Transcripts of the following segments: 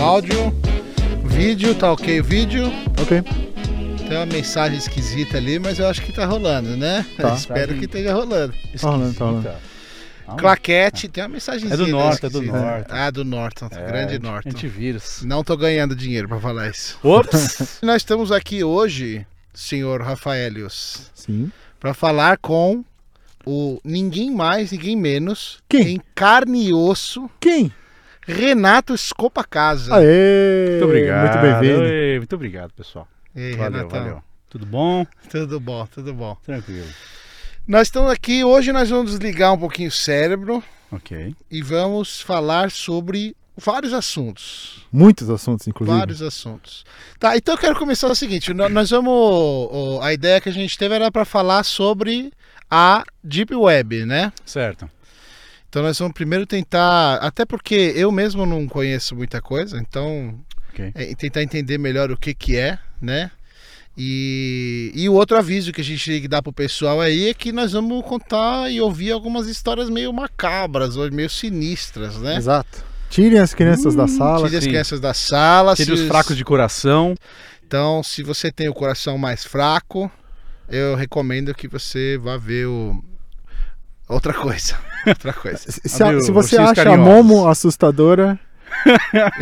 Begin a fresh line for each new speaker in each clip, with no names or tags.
áudio, vídeo, tá ok o vídeo.
Ok.
Tem uma mensagem esquisita ali, mas eu acho que tá rolando, né?
Tá.
Eu espero que esteja rolando.
Tá rolando, tá rolando.
Eita.
Claquete, tem uma mensagem
É do norte, é do É,
esquisita.
norte.
Ah, do norte, nossa, grande norte.
Antivírus.
Não tô ganhando dinheiro pra falar isso.
Ops!
Nós estamos aqui hoje, senhor Rafaelius,
Sim.
para falar com o ninguém mais, ninguém menos,
Quem?
em carne e osso,
Quem?
Renato Escopa Casa.
Aê!
Muito obrigado.
Muito bem-vindo.
Oi, Muito obrigado, pessoal.
E aí,
Valeu,
Renatão?
valeu. Tudo bom?
Tudo bom, tudo bom.
Tranquilo.
Nós estamos aqui, hoje nós vamos desligar um pouquinho o cérebro
Ok.
e vamos falar sobre vários assuntos.
Muitos assuntos, inclusive.
Vários assuntos. Tá, então eu quero começar o seguinte, nó- nós vamos... o- A ideia que a gente teve era para falar sobre a Deep Web, né?
Certo.
Então nós vamos primeiro tentar, até porque eu mesmo não conheço muita coisa, então
Ok.
é, tentar entender melhor o que que é, né? E, e o outro aviso que a gente tem que dar pro pessoal aí é que nós vamos contar e ouvir algumas histórias meio macabras ou meio sinistras, né?
Exato. Tirem as crianças
Hum,
da sala.
Tire as
sim.
crianças da sala.
Tire
se
os fracos de coração.
Então, se você tem o coração mais fraco, eu recomendo que você vá ver o... outra coisa. outra coisa.
Se, se a-
Abre
se
o-
você
os
acha a
carinhosos.
Momo assustadora,
Eu, a- eu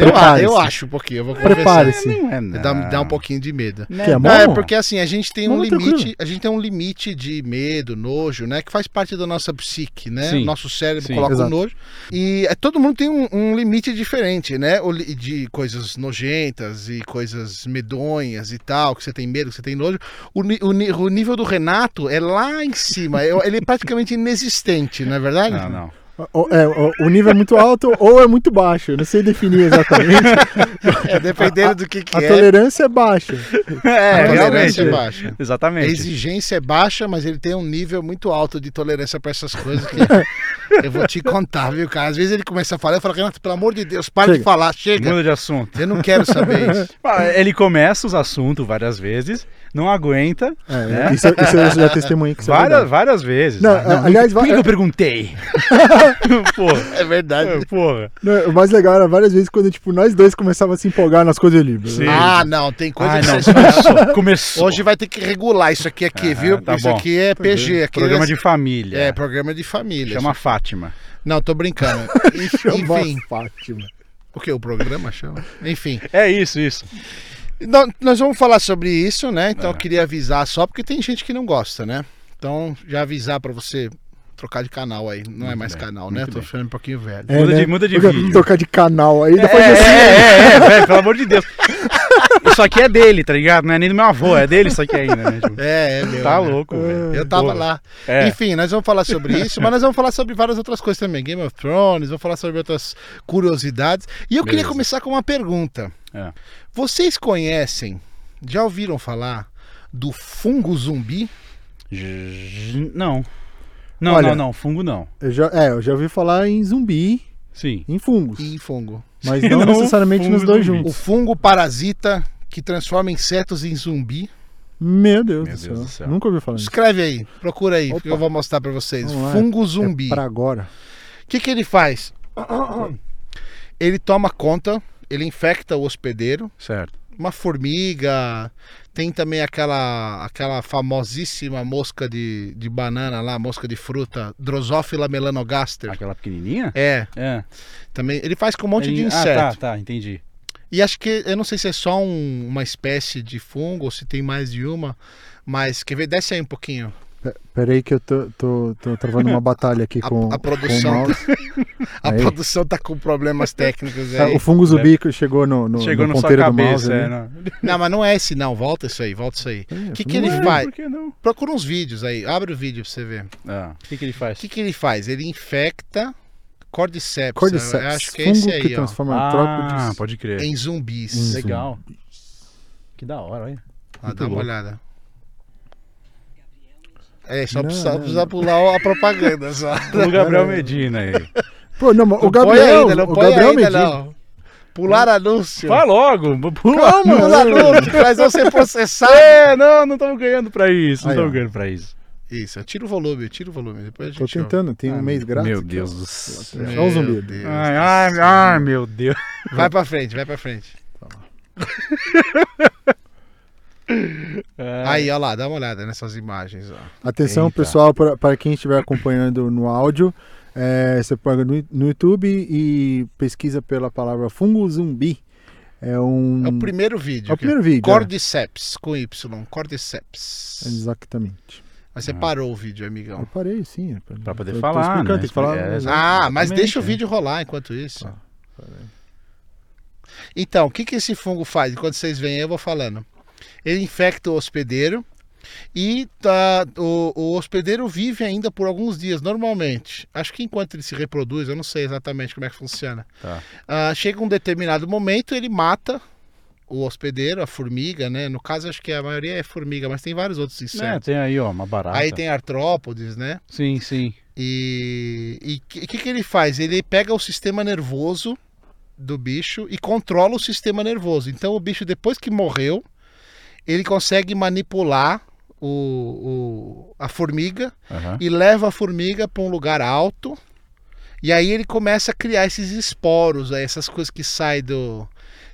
Prepare-se.
acho um pouquinho, eu vou conversar.
prepare-se.
É,
Dá, dá um pouquinho de medo.
Que é
Não,
Tá
é
Momo?
porque assim, a gente tem um
Não,
limite,
tranquilo.
a gente tem um limite de medo, nojo, né? Que faz parte da nossa psique, né?
Sim.
Nosso cérebro
Sim.
coloca o
Exato.
nojo. E é, todo mundo tem um, um limite diferente, né? O li- de coisas nojentas e coisas medonhas e tal, que você tem medo, que você tem nojo. O, ni- o ni- o nível do Renato é lá em cima. Eu- Ele é praticamente inexistente, não é verdade?
Não, não.
O, é, o- o nível é muito alto ou é muito baixo. Eu não sei definir exatamente.
É, dependendo do que, que
A
é.
tolerância é baixa.
É,
a
realmente.
tolerância é baixa. A
Exatamente.
exigência é baixa, mas ele tem um nível muito alto de tolerância para essas coisas que eu vou te contar, viu, cara? Às vezes ele começa a falar, eu falo, Renato, pelo amor de Deus, para de
Chega.
falar, chega.
Muda de assunto.
Eu não quero saber isso.
Ah, Ele começa os assuntos várias vezes, não aguenta
É, Isso, isso eu já testemunhei que isso é
várias,
verdade.
várias vezes.
Não,
né? Não,
aliás,
Por que,
va-
que eu perguntei? porra,
É verdade.
porra.
Não, o mais legal era várias vezes quando tipo, nós dois começávamos a se empolgar nas coisas ali.
Sim.
Ah, não, tem coisa
Ah,
que
não,
vocês-
começou. começou.
Hoje vai ter que regular isso aqui, aqui
Ah,
viu?
tá
isso
bom.
aqui é PG. Aqui
Programa
é...
de família.
É, programa de família.
Chama Fátima.
Não, tô brincando.
Chama
Enfim,
a Fátima.
o que? O programa chama? Enfim.
É isso, isso.
Nó- Nós vamos falar sobre isso, né?
É.
Então eu queria avisar só, porque tem gente que não gosta, né? Então, já avisar pra você trocar de canal aí. Não é mais
bem,
canal, né?
muito
Tô
bem.
ficando um pouquinho velho.
É,
Muda
né?
de- muda de
Porque
vídeo.
Trocar de canal aí,
É,
depois
é,
assim,
é, é, velho, pelo amor de Deus. Isso aqui é dele, tá ligado? Não é nem do meu avô, é dele isso aqui ainda, né? Tipo,
É, é meu.
tá
né?
louco, velho.
Eu tava
Porra.
lá.
É.
Enfim, nós vamos falar sobre isso, mas nós vamos falar sobre várias outras coisas também. Game of Thrones, vamos falar sobre outras curiosidades. E eu queria
Beleza.
começar com uma pergunta.
É.
Vocês conhecem, já ouviram falar do fungo zumbi?
J- Não. Não,
Olha.
não, não. Fungo não.
Eu já, é, eu já ouvi falar em zumbi,
Sim.
em fungos.
E fungo.
Mas não,
Não,
necessariamente
fungo
nos dois
zumbi.
O
juntos.
fungo parasita que transforma insetos em zumbi.
Meu Deus,
Meu
do,
Deus
céu.
do céu.
Nunca ouvi falar nisso.
Escreve aí, procura aí,
Opa.
que eu vou mostrar pra vocês.
Vamos lá.
Fungo zumbi.
É
O
pra agora.
que, que ele faz? Ele toma conta, ele infecta o hospedeiro,
Certo.
uma formiga, tem também aquela aquela famosíssima mosca de, de banana lá, mosca de fruta, Drosophila melanogaster.
Aquela pequenininha?
É,
É.
também. Ele faz com um monte de
Ele-
inseto.
Ah, tá, tá, entendi.
E acho que, eu não sei se é só um- uma espécie de fungo ou se tem mais de uma, mas quer ver? Desce aí um pouquinho.
Peraí que eu tô, tô, tô travando uma batalha aqui
A-
com,
a
com
produção.
o mouse.
A
Aí.
produção tá com problemas técnicos
Ah,
aí.
O fungo
É.
zumbi que chegou no, no,
Chegou
no
na sua
ponteiro do mouse.
cabeça.
né?
é, não.
Não, mas não é esse não, volta isso aí, volta isso aí.
É,
O que, que
fungo
ele
Ué,
faz?
Por que não?
Procura uns vídeos aí, abre o vídeo pra você ver. O
Ah, O que, que ele faz?
que, que ele faz? Ele infecta cordyceps, eu
Cordyceps,
acho que é
fungo
esse aí,
que
ó,
transforma em
Ah,
trópicos.
pode crer.
em zumbis.
Em zumbi. tá
Legal. Que da hora, olha.
Ah, dá
Muito
uma
bom.
olhada. É, só
Não,
precisa,
não,
precisa pular a propaganda só.
O Gabriel Medina aí.
Pô, não, mas
Não
o
põe
Gabriel,
ainda, não
o
põe
Gabriel
ainda,
Medina.
não. Pular anúncio.
Vai logo, pula.
Calma,
Pular anúncio, mas não ser processado.
É, não, não estamos ganhando pra isso. Não
Aí,
estamos
ó.
ganhando pra isso.
Isso, tira o volume, tira o volume. Depois a
Tô
gente.
tentando, tem um
Ah,
mês grátis.
Meu
aqui,
Deus
ó.
do
Olha
céu.
só o zumbido. Ah.
Deus
Ai,
do
ai,
céu.
ai, meu Deus.
Vai pra frente, vai pra frente.
É.
Aí, ó lá, dá uma olhada nessas imagens. Ó.
Atenção,
Eita.
pessoal, pra- para quem estiver acompanhando no áudio, é, você pega no, no YouTube e pesquisa pela palavra fungo zumbi. É um.
É o primeiro vídeo.
é o
aqui.
primeiro vídeo.
Cordyceps, com Y. Cordyceps.
é. Exatamente.
Mas você
Ah.
parou o vídeo,
Eu
amigão.
parei, sim. é
Pra poder
eu tô
falar,
explicando,
né?
Tem que falar.
É,
mas-
Ah, mas
Exatamente,
deixa o
é.
vídeo rolar enquanto isso.
Tá,
Então, o que, que esse fungo faz? Enquanto vocês veem, eu vou falando. Ele infecta o hospedeiro e tá, o, o hospedeiro vive ainda por alguns dias, normalmente. Acho que enquanto ele se reproduz, eu não sei exatamente como é que funciona.
Tá.
Ah, chega um determinado momento, ele mata o hospedeiro, a formiga, né? No caso, acho que a maioria é formiga, mas tem vários outros
É,
insetos.
tem aí, ó, uma barata.
né? Aí tem artrópodes, né?
Sim, sim.
E o que, que que ele faz? Ele pega o sistema nervoso do bicho e controla o sistema nervoso. Então o bicho, depois que morreu, ele consegue manipular o, o- a formiga
Aham.
e leva a formiga para um lugar alto. E aí ele começa a criar esses esporos, aí, essas coisas que saem do.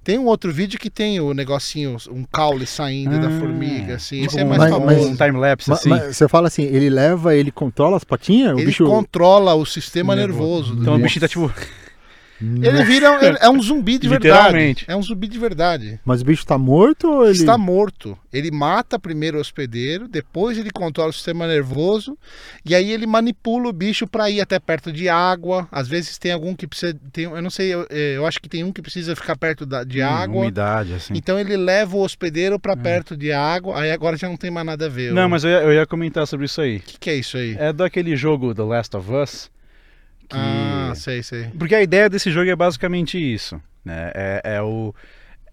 Tem um outro vídeo que tem o negocinho, um caule saindo da
Ah.
formiga, assim.
Tipo
Esse é
um-
mais
mas-
famoso.
Um time-lapse,
Mas-
assim.
mas você fala assim, ele leva, ele controla as patinhas? o
Ele
bicho.
controla o sistema
Nervoso.
é nervoso do
Então o
bicho.
bichinho tá tipo.
Hum.
Ele vira ele é um zumbi de verdade.
Literalmente.
É um zumbi de verdade.
Mas o bicho tá morto ou ele.
Está morto. Ele mata primeiro o hospedeiro, depois ele controla o sistema nervoso e aí ele manipula o bicho para ir até perto de água. Às vezes tem algum que precisa, tem, eu não sei, eu, eh, eu acho que tem um que precisa ficar perto da- de
hum,
água.
Umidade, assim.
Então ele leva o hospedeiro para perto de água. Aí agora já não tem mais nada a ver.
É. Não,
O
mas eu ia, eu ia comentar sobre isso aí.
que, que é isso aí?
É daquele jogo The Last of Us. Que...
Ah, sei, sei.
Porque a ideia desse jogo é basicamente isso. Né? É, é o.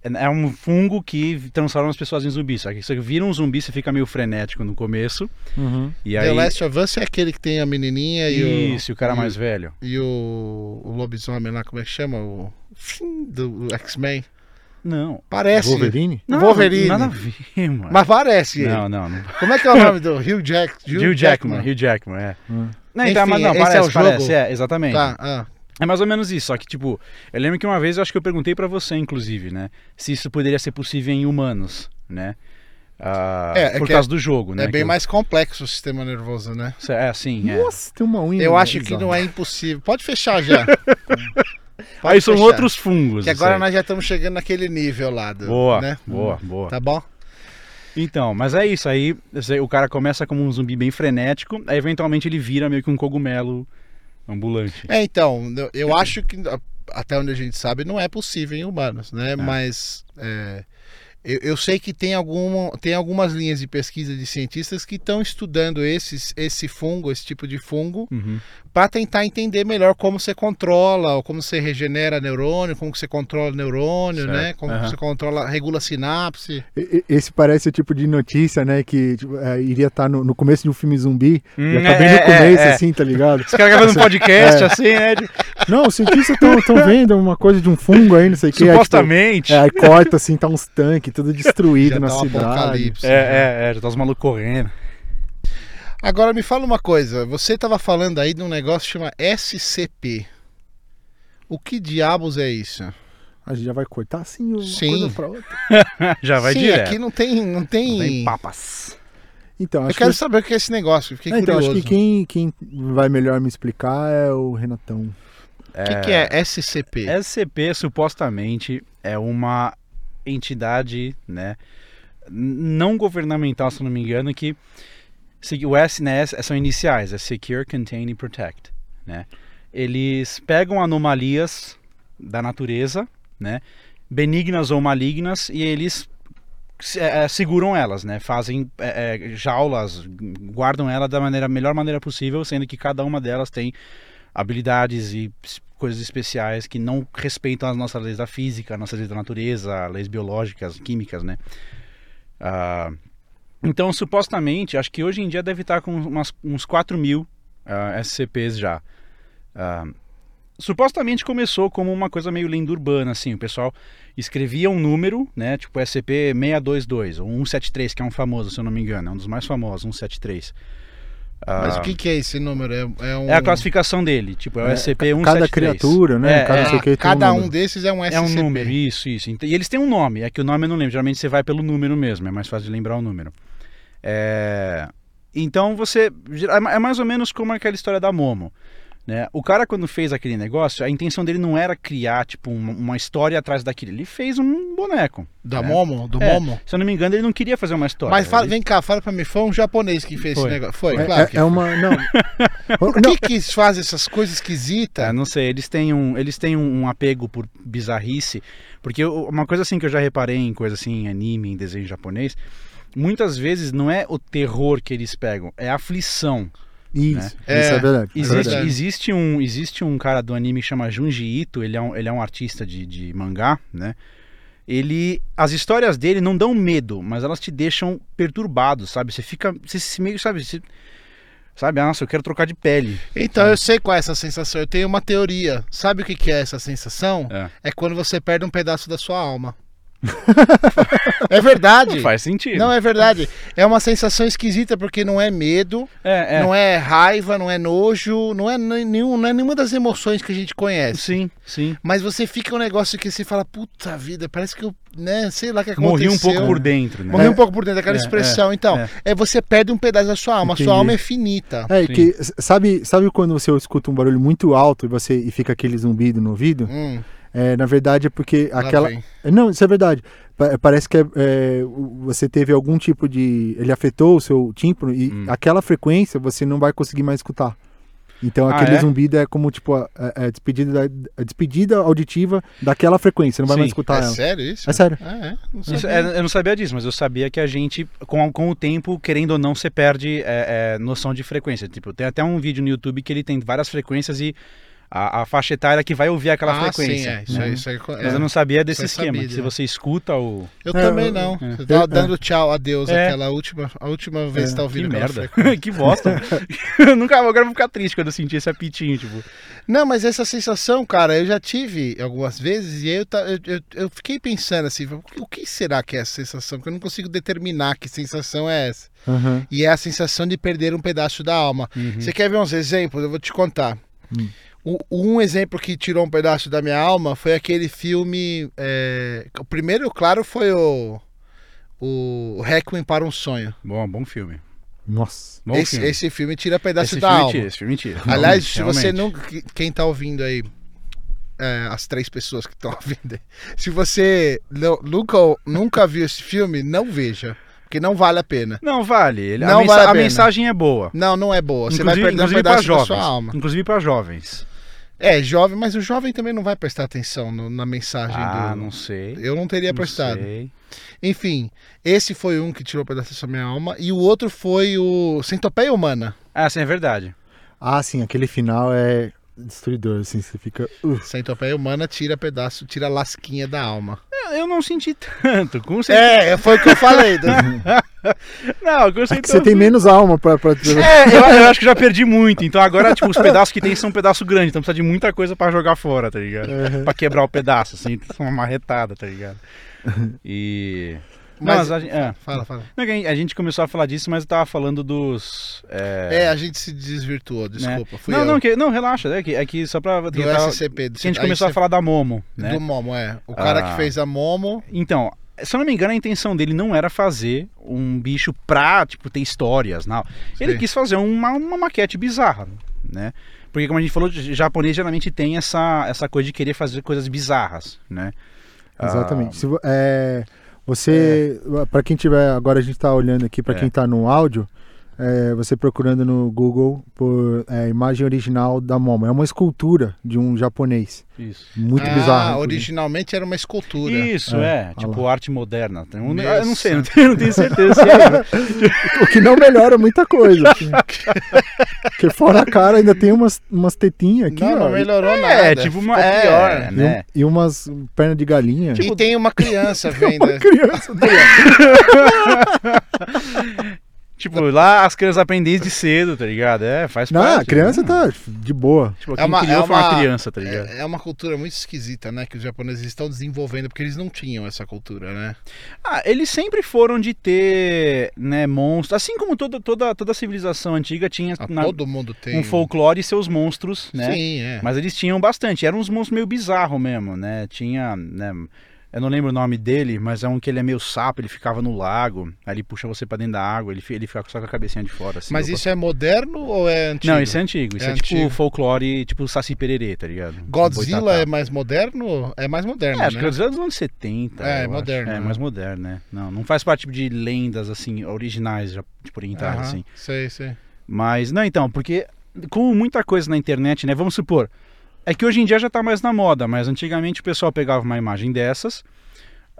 É um fungo que transforma as pessoas em zumbis. Só que você vira um zumbi, você fica meio frenético no começo.
Uhum.
E
The
aí.
Last of Us é aquele que tem a menininha e o Hum.
Isso, e o cara mais velho.
E o, o lobisomem lá, como é que chama? O Fim do do X-Men.
Não.
Parece.
Wolverine?
Não,
Nada
nada
a
a
ver, mano.
Mas parece. ele.
Não, não. não.
Como é que é o nome do Hugh, Jack,
Hugh Jackman, Hugh Jackman, é.
Hum.
Não, então,
Enfim,
mas não,
esse é
parece,
o jogo.
parece, é, exatamente.
Tá, ah.
É mais ou menos isso, só que, tipo, eu lembro que uma vez eu acho que eu perguntei pra você, inclusive, né? Se isso poderia ser possível em humanos, né? Ah,
É, é
por
que
causa do jogo, né?
é bem
que-
mais complexo o sistema nervoso, né?
É, sim, é.
Nossa, tem uma unha.
Eu acho que não é impossível. Pode fechar já. Pode
Aí são
fechar.
outros fungos.
Que
isso
agora
aí.
nós já estamos chegando naquele nível lá. Do,
Boa,
né?
boa, boa.
Tá bom?
Então, mas é isso, aí esse- o cara começa como um zumbi bem frenético, aí eventualmente ele vira meio que um cogumelo ambulante.
É, então, eu- eu acho que a- até onde a gente sabe não é possível em humanos, né? Mas é, eu, eu sei que tem, alguma, tem algumas linhas de pesquisa de cientistas que estão estudando esses, esse fungo, esse tipo de fungo,
Uhum.
para tentar entender melhor como você controla, ou como você regenera neurônio, como que você controla neurônio,
Certo.
né? Como que
Aham.
você controla, regula sinapse.
E- e- Esse parece o tipo de notícia, né? Que tipo, é, iria estar no, no começo de um filme zumbi.
Hum,
já tá bem
é,
no começo,
é, é.
assim, tá ligado?
Os caras
É.
gravando um podcast, assim, né? de-
Não, os cientistas estão vendo uma coisa de um fungo aí, não sei o
tipo-
que.
supostamente.
Aí, tipo, é, aí corta, assim, tá uns tanques, tudo destruído
Já
na
tá um
cidade.
apocalipse. né?
É, é, é, já tá os malucos correndo.
Agora me fala uma coisa, você estava falando aí de um negócio que chama SCP. O que diabos é isso?
A gente já vai cortar, assim, uma
Sim.
coisa pra outra.
Já Ah, vai
Sim,
direto.
aqui não tem. Não tem...
Não tem papas.
Então,
Eu
acho
quero
que...
saber o que é esse negócio, fiquei
É, então,
curioso.
acho que quem, quem vai melhor me explicar é o Renatão.
O que, que é SCP?
SCP supostamente é uma entidade, né, n- não governamental, se eu não me engano, que se- o S, né, S- são iniciais, é Secure, Contain e Protect, né? Eles pegam anomalias da natureza, né, benignas ou malignas, e eles se- eh, seguram elas, né? Fazem eh, eh, jaulas, guardam ela da maneira melhor maneira possível, sendo que cada uma delas tem habilidades e ps- coisas especiais que não respeitam as nossas leis da física, nossas leis da natureza, leis biológicas, químicas, né? Ah, então, supostamente, acho que hoje em dia deve estar com umas- uns 4 mil ah, SCPs já. Ah, supostamente começou como uma coisa meio lenda urbana, assim, o pessoal escrevia um número, né, tipo um SCP-622 ou 173, que é um famoso, se eu não me engano, é um dos mais famosos, 173.
Mas
Ah,
o que, que é esse número? É, é um...
É a classificação dele, tipo, é o SCP-173.
Cada criatura, né?
É,
cada não sei o que, tem
Cada um,
número.
desses é um SCP.
É um número, isso, isso. Ent- E eles têm um nome, é que o nome eu não lembro. Geralmente você vai pelo número mesmo, é mais fácil de lembrar o número. É, Então você. É ma- é mais ou menos como aquela história da Momo. Né? O cara, quando fez aquele negócio, a intenção dele não era criar tipo, um- uma história atrás daquilo. Ele fez um boneco.
Da
É.
Momo? Do
É,
Momo?
Se eu não me engano, ele não queria fazer uma história.
Mas fala-
Ele-
vem cá, fala pra mim. Foi um japonês que fez
Foi.
esse negócio. Foi,
É,
claro.
é-
que
é uma. Não.
Por
não.
que, que eles fazem essas coisas
É,
esquisitas?
não sei, eles têm, um, eles têm um, um apego por bizarrice, porque eu- uma coisa assim que eu já reparei em coisa assim, em anime, em desenho japonês, muitas vezes não é o terror que eles pegam, é a aflição.
Isso,
É,
isso é verdade. é
Existe,
verdade.
existe, um, existe um cara do anime que chama Junji Ito, ele é um, ele é um artista de, de mangá, né? Ele, as histórias dele não dão medo, mas elas te deixam perturbado, sabe? Você fica, você se meio, sabe? Você, sabe, ah, nossa, eu quero trocar de pele.
Então, eu sei qual é essa sensação. Eu tenho uma teoria. Sabe o que, que é essa sensação?
É.
É quando você perde um pedaço da sua alma. é verdade.
Faz sentido.
Não, é verdade. É uma sensação esquisita porque não é medo,
é, é.
não é raiva, não é nojo, não é, nem- nenhum, não é nenhuma das emoções que a gente conhece.
Sim, sim.
Mas você fica um negócio que você fala, puta vida, parece que eu, né, sei lá o que aconteceu.
Morri um pouco por dentro, né?
Morri um pouco por dentro, aquela
É,
expressão. então,
é.
é. você perde um pedaço da sua alma, a sua
Entendi.
alma é finita.
É, e
Sim.
que, s- sabe, sabe quando você escuta um barulho muito alto e você e fica aquele zumbido no ouvido?
Hum,
É, na verdade é porque
lá
aquela.
vem.
Não, isso é verdade. Pa- Parece que é, é, o- você teve algum tipo de. Ele afetou o seu tímpano e
Hum.
aquela frequência você não vai conseguir mais escutar. Então
Ah,
aquele
é?
zumbido é como tipo a, a- a despedida, da- a despedida auditiva daquela frequência, não vai
Sim,
mais escutar
é
ela.
sério isso?
É sério.
Ah, é? Não
Isso,
sabia.
é, eu não sabia disso, mas eu sabia que a gente, com, com o tempo, querendo ou não, você perde é, é, noção de frequência. Tipo, tem até um vídeo no YouTube que ele tem várias frequências e a, a faixa etária que vai ouvir aquela
ah, sim,
frequência.
é. Isso,
né?
aí, isso aí, é.
Mas eu não sabia desse
Foi
esquema.
sabido,
que se
é.
você escuta o.
Eu
É,
também
eu-
não.
é.
Você tava
Eu-
dando tchau, adeus,
É.
aquela última, a última vez que tá
Que
ouvindo aquela
merda.
frequência.
que bosta. Eu Nunca, agora eu vou ficar triste quando eu sentir esse apitinho, tipo.
Não, mas essa sensação, cara, eu já tive algumas vezes e aí eu, ta- eu, eu, eu fiquei pensando assim, o que será que é essa sensação? Porque eu não consigo determinar que sensação é essa.
Aham.
E é a sensação de perder um pedaço da alma. Você quer ver uns exemplos? Eu vou te contar.
Hum.
O- um exemplo que tirou um pedaço da minha alma foi aquele filme. é, o primeiro, claro, foi o. O Requiem para um Sonho.
Bom, bom filme.
Nossa.
Bom
Esse
filme.
esse filme. tira pedaço
Esse
da
filme
alma.
tira, esse filme tira.
Aliás, se
Realmente,
você
realmente.
nunca. que- Quem tá ouvindo aí. é, as três pessoas que estão ouvindo aí. Se você não- nunca, nunca viu esse filme, não veja. Porque não vale a pena.
Não vale. Ele, a,
Não
mensa-
vale a
a
pena.
mensagem é boa.
Não, não é boa. Você vai perder um
inclusive pra
pedaço da
jovens.
sua alma.
Inclusive para jovens.
É, jovem, mas o jovem também não vai prestar atenção no- na mensagem
Ah,
do.
não sei.
Eu não teria
não
prestado.
sei.
Enfim, esse foi um que tirou um pedaço da minha alma. E o outro foi o Centopeia Humana.
Ah, sim, é verdade.
Ah, sim, aquele final é destruidor, assim, você fica. "Uf".
Centopeia Humana tira pedaço, tira lasquinha da alma.
Eu- Eu não senti tanto. Com certeza.
É, foi o que eu falei. do-
Não, com
É que
certeza.
você tem menos alma pra. pra...
É, eu, eu acho que já perdi muito. Então agora, tipo, os pedaços que tem são um pedaço grande. Então precisa de muita coisa pra jogar fora, tá ligado?
É.
Uhum.
Pra quebrar o pedaço, assim. Uma marretada, tá ligado? E. Não,
Mas-
mas a gente, é.
Fala, fala.
Não, que a gente- a gente começou a falar disso, mas eu tava falando dos. É,
É, a gente se desvirtuou, desculpa.
né?
Fui
não,
eu.
não, que, não, relaxa. É que, é que só pra.
do
eu tava-
SCP. Do
que a gente começou a falar da Momo, né?
Do Momo, é. O cara
Ah.
que fez a Momo.
Então, se eu não me engano, a intenção dele não era fazer um bicho pra, tipo, ter histórias, não. Ele
Sim.
quis fazer uma, uma maquete bizarra, né? Porque, como a gente falou, j- japonês geralmente tem essa, essa coisa de querer fazer coisas bizarras, né? Ah,
Exatamente. Se vo- é, você, para quem tiver, agora a gente tá olhando aqui, para
É.
quem tá no áudio, é, você procurando no Google por é, imagem original da Momo. É uma escultura de um japonês.
isso.
Muito
ah,
bizarro.
originalmente era uma escultura.
Isso,
É,
é.
olha
Tipo, arte moderna. Tem um- eu não
Nossa.
sei, não tenho, não tenho certeza se é. né?
O que não melhora muita coisa. assim. Porque fora a cara ainda tem umas, umas tetinhas aqui,
não,
ó.
não melhorou nada.
É, tipo uma.
Ficou
É, Tipo
pior.
pior,
e, um-
né?
e umas pernas de galinha. Tipo, né?
E
né?
tem uma criança vendo.
Uma criança.
Tipo, lá as crianças aprendem desde cedo, tá ligado? É, faz
Não,
parte.
a criança
né?
tá de boa.
Tipo,
É
quem
uma-
criou
é
foi uma
uma-
criança, tá ligado?
É, é uma cultura muito esquisita, né? Que os japoneses estão desenvolvendo, porque eles não tinham essa cultura, né?
Ah, eles sempre foram de ter, né, monstros. Assim como toda, toda, toda civilização antiga tinha
Ah,
na-
todo mundo tem.
um folclore e seus monstros, né?
Sim, é.
Mas eles tinham bastante. Eram uns monstros meio bizarros mesmo, né? Tinha, né? Eu não lembro o nome dele, mas é um que ele é meio sapo, ele ficava no lago, aí ele puxa você pra dentro da água, ele, fi- ele fica só com a cabecinha de fora, assim.
Mas isso é moderno ou é antigo?
Não, isso é antigo. Isso é,
É
tipo
antigo.
folclore, tipo Saci Pererê, tá ligado?
Godzilla é
Boitatá.
mais moderno? É mais moderno,
É, acho que
né?
Godzilla é dos anos 70.
É, é
eu acho.
moderno,
É,
né?
mais moderno, né? Não, não faz parte de lendas, assim, originais, já, tipo, orientais,
Aham,
assim.
Sei, sei.
Mas, não, então, porque com muita coisa na internet, né? Vamos supor. É que hoje em dia já tá mais na moda, mas antigamente o pessoal pegava uma imagem dessas,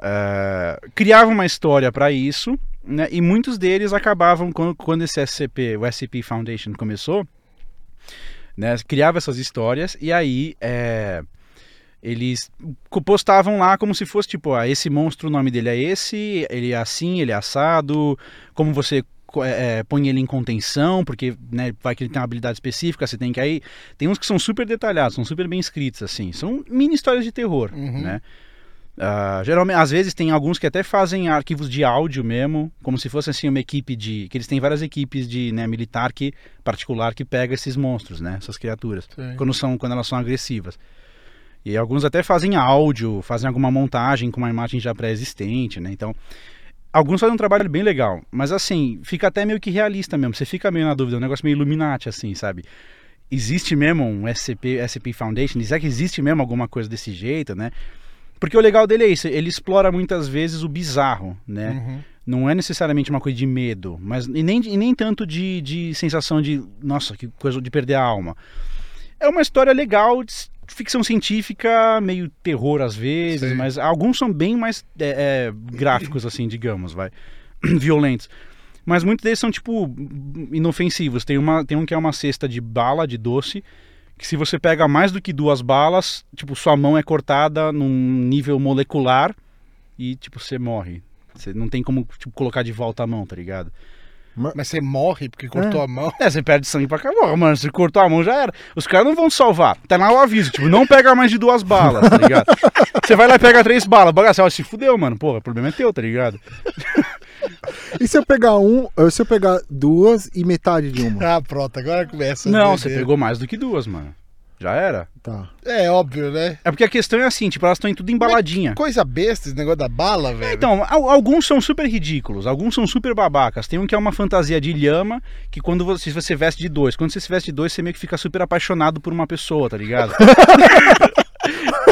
eh, criava uma história para isso, né? E muitos deles acabavam, quando, quando esse SCP, o SCP Foundation começou, né? Criava essas histórias e aí eh, eles co- postavam lá como se fosse tipo, ah, esse monstro, o nome dele é esse, ele é assim, ele é assado, como você co- é, é, põe ele em contenção, porque né, vai que ele tem uma habilidade específica, você tem que aí. Tem uns que são super detalhados, são super bem escritos, assim. São mini histórias de terror,
Uhum.
né? Ah, geralmente, às vezes tem alguns que até fazem arquivos de áudio mesmo, como se fosse assim uma equipe de, que eles têm várias equipes de né, militar que particular que pega esses monstros, né, essas criaturas
sei.
quando são quando elas são agressivas. E alguns até fazem áudio, fazem alguma montagem com uma imagem já pré-existente, né? Então, alguns fazem um trabalho bem legal, mas assim, fica até meio que realista mesmo. Você fica meio na dúvida, é um negócio meio Illuminati assim, sabe? Existe mesmo um SCP, SCP Foundation? Será que existe mesmo alguma coisa desse jeito, né? Porque o legal dele é isso, ele explora muitas vezes o bizarro, né?
Uhum.
não é necessariamente uma coisa de medo, mas e nem, e nem tanto de, de sensação de, nossa, que coisa de perder a alma. É uma história legal, de s- ficção científica, meio terror às vezes,
Sim.
mas alguns são bem mais é, é, gráficos, assim, digamos, vai, violentos. Mas muitos deles são, tipo, inofensivos. Tem, uma, tem um que é uma cesta de bala, de doce, que se você pega mais do que duas balas, tipo, sua mão é cortada num nível molecular e, tipo, você morre. Você não tem como tipo, colocar de volta a mão, tá ligado?
Mas você morre porque cortou a mão.
É, você perde sangue pra acabar, mano. Se cortou a mão, já era. Os caras não vão te salvar. Tá lá o aviso, tipo, não pega mais de duas balas, tá ligado? Você vai lá e pega três balas, bagaça, ó, "Ah, se fudeu, mano. Porra, o problema é teu, tá ligado?
E se eu pegar um, ou se eu pegar duas e metade de uma?
Ah, pronto, agora começa. as
não, você
doideiras.
pegou mais do que duas, mano. Já era.
Tá.
É óbvio, né?
É porque a questão é assim, tipo, elas estão em tudo embaladinha.
Coisa besta esse negócio da bala, velho.
Então, al- alguns são super ridículos, alguns são super babacas. Tem um que é uma fantasia de lhama, que quando você, se você veste de dois, quando você se veste de dois, você meio que fica super apaixonado por uma pessoa, tá ligado?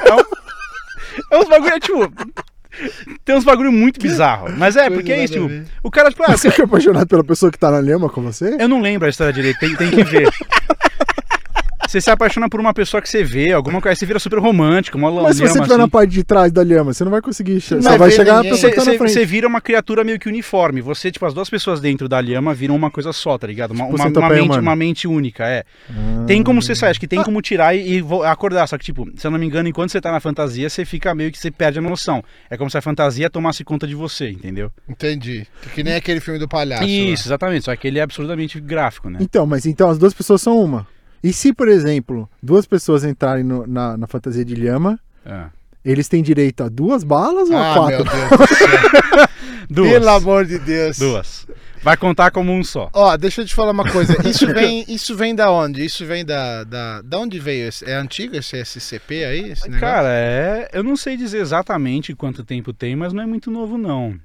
é, um- é uns bagulho, é tipo. Tem uns bagulho muito bizarro. Mas é,
Coisa
porque é isso,
nada a
tipo,
ver.
o cara, tipo, ah,
Você fica apaixonado pela pessoa que tá na lema com você?
eu não lembro a história direito, tem, tem que ver. Você se apaixona por uma pessoa que você vê, alguma coisa, você vira super romântico, uma lama.
Mas se você tiver na
assim.
parte de trás da lhama, você não vai conseguir. che-
Não
só
vai
vai
ver
chegar a
ninguém.
pessoa que tá na frente.
Você vira uma criatura meio que uniforme. Você, tipo, as duas pessoas dentro da lhama viram uma coisa só, tá ligado? Uma,
Tipo,
uma,
centopeia
uma mente,
humana.
uma mente única, é.
Ah.
Tem como você sair, acho que tem como tirar e, e vo- acordar. Só que, tipo, se eu não me engano, enquanto você tá na fantasia, você fica meio que você perde a noção. É como se a fantasia tomasse conta de você, entendeu?
Entendi. Que nem aquele filme do palhaço.
Isso, exatamente. Só que ele é absurdamente gráfico, né?
Então, mas então as duas pessoas são uma. E se, por exemplo, duas pessoas entrarem no- na, na fantasia de lhama,
É.
eles têm direito a duas balas
Um
ou a
Ah,
quatro?
meu Deus. do céu.
Duas.
Pelo amor de Deus.
Duas. Vai contar como um só.
Ó, deixa eu te falar uma coisa. Isso vem, isso vem da onde? Isso vem da, da. Da onde veio? esse- É antigo esse SCP aí? Esse Um negócio?
Cara, é. Eu não sei dizer exatamente quanto tempo tem, mas não é muito novo, não.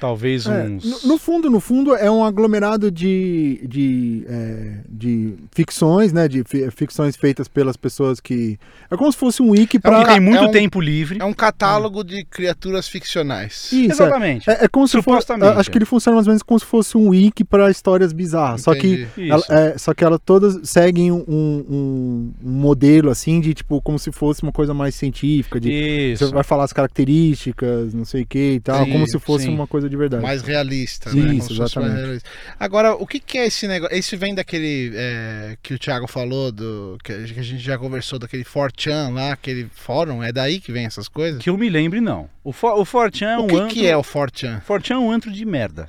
Talvez
É,
uns.
no, no fundo, no fundo, é um aglomerado de, de, é, de ficções, né? De fi- ficções feitas pelas pessoas que. É como se fosse um wiki
Pra...
pra.
tem muito
é um-
tempo livre.
É um catálogo de criaturas ficcionais.
Isso, é.
Exatamente.
É, é como se fosse.
Supostamente,
Acho
é.
que ele funciona mais ou menos como se fosse um wiki para histórias bizarras. Só que
Entendi.
Isso.
Ela- é, só que elas todas seguem um, um- um modelo assim de tipo como se fosse uma coisa mais científica, de
Isso.
você vai falar as características, não sei o que e tal,
Sim,
como se fosse
sim.
uma coisa de verdade.
Mais realista,
Isso,
né? Como se fosse mais
exatamente.
realista. Agora, o que, que é esse negócio? Isso vem daquele é, que o Thiago falou, do, que a gente já conversou, daquele 4chan lá, aquele fórum, é daí que vem essas coisas?
Que eu me lembre, não. O, For, o Fortran é um
o que,
antro.
que é o 4chan?
Fortran é um antro de merda.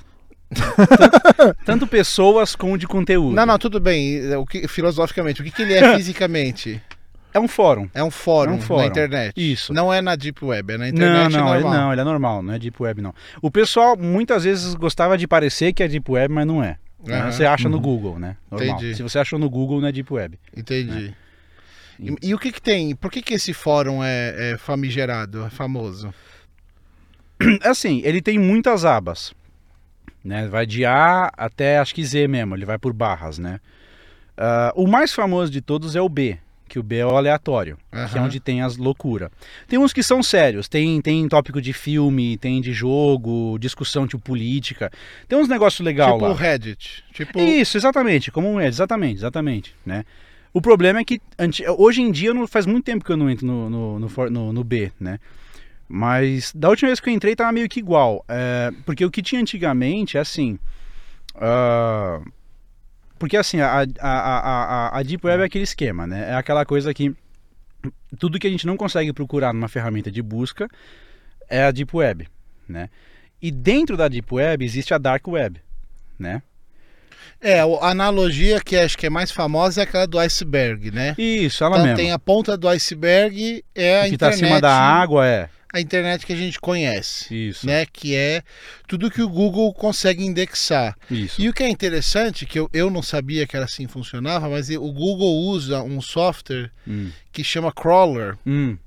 Tanto, tanto pessoas como de conteúdo.
Não, não, tudo bem. O que, filosoficamente, o que, que ele é fisicamente?
É um fórum.
É um fórum,
É um fórum.
na internet.
Isso.
Não é na Deep Web, é na
Não,
internet
não, ele,
normal.
não, ele é normal, não é Deep Web, não. O pessoal muitas vezes gostava de parecer que é Deep Web, mas não é. né?
Aham,
Você acha no
Uhum.
Google, né? Normal.
Entendi.
Se você achou no Google, não é Deep Web. É.
Entendi. E, e o que que tem? Por que que esse fórum é, é famigerado, é famoso?
Assim, ele tem muitas abas. Né? Vai de A até acho que Z mesmo, ele vai por barras, né? Ah, o mais famoso de todos é o B, que o B é o aleatório. que é
Aham.
onde tem as loucuras. Tem uns que são sérios, tem, tem tópico de filme, tem de jogo, discussão tipo política. Tem uns negócios legais
Tipo o
lá.
Reddit. Tipo,
Isso, exatamente, como é, exatamente, exatamente, né? O problema é que anti- hoje em dia não faz muito tempo que eu não entro no, no, no for- no- no B, né? Mas da última vez que eu entrei tava meio que igual. é, porque o que tinha antigamente é assim. ah, porque assim, a, a, a, a, a Deep Web é aquele esquema, né? É aquela coisa que tudo que a gente não consegue procurar numa ferramenta de busca é a Deep Web, né? E dentro da Deep Web existe a Dark Web, né?
é, o- a analogia que acho que é mais famosa é aquela do iceberg, né?
Isso, ela
então
mesma.
tem a ponta do iceberg, é a
que tá
internet,
acima da água é.
a internet que a gente conhece,
Isso.
né? Que é tudo que o Google consegue indexar.
Isso.
E o que é interessante, que eu, eu não sabia que era assim que funcionava, mas o Google usa um software
Hum.
que chama crawler,
Hum.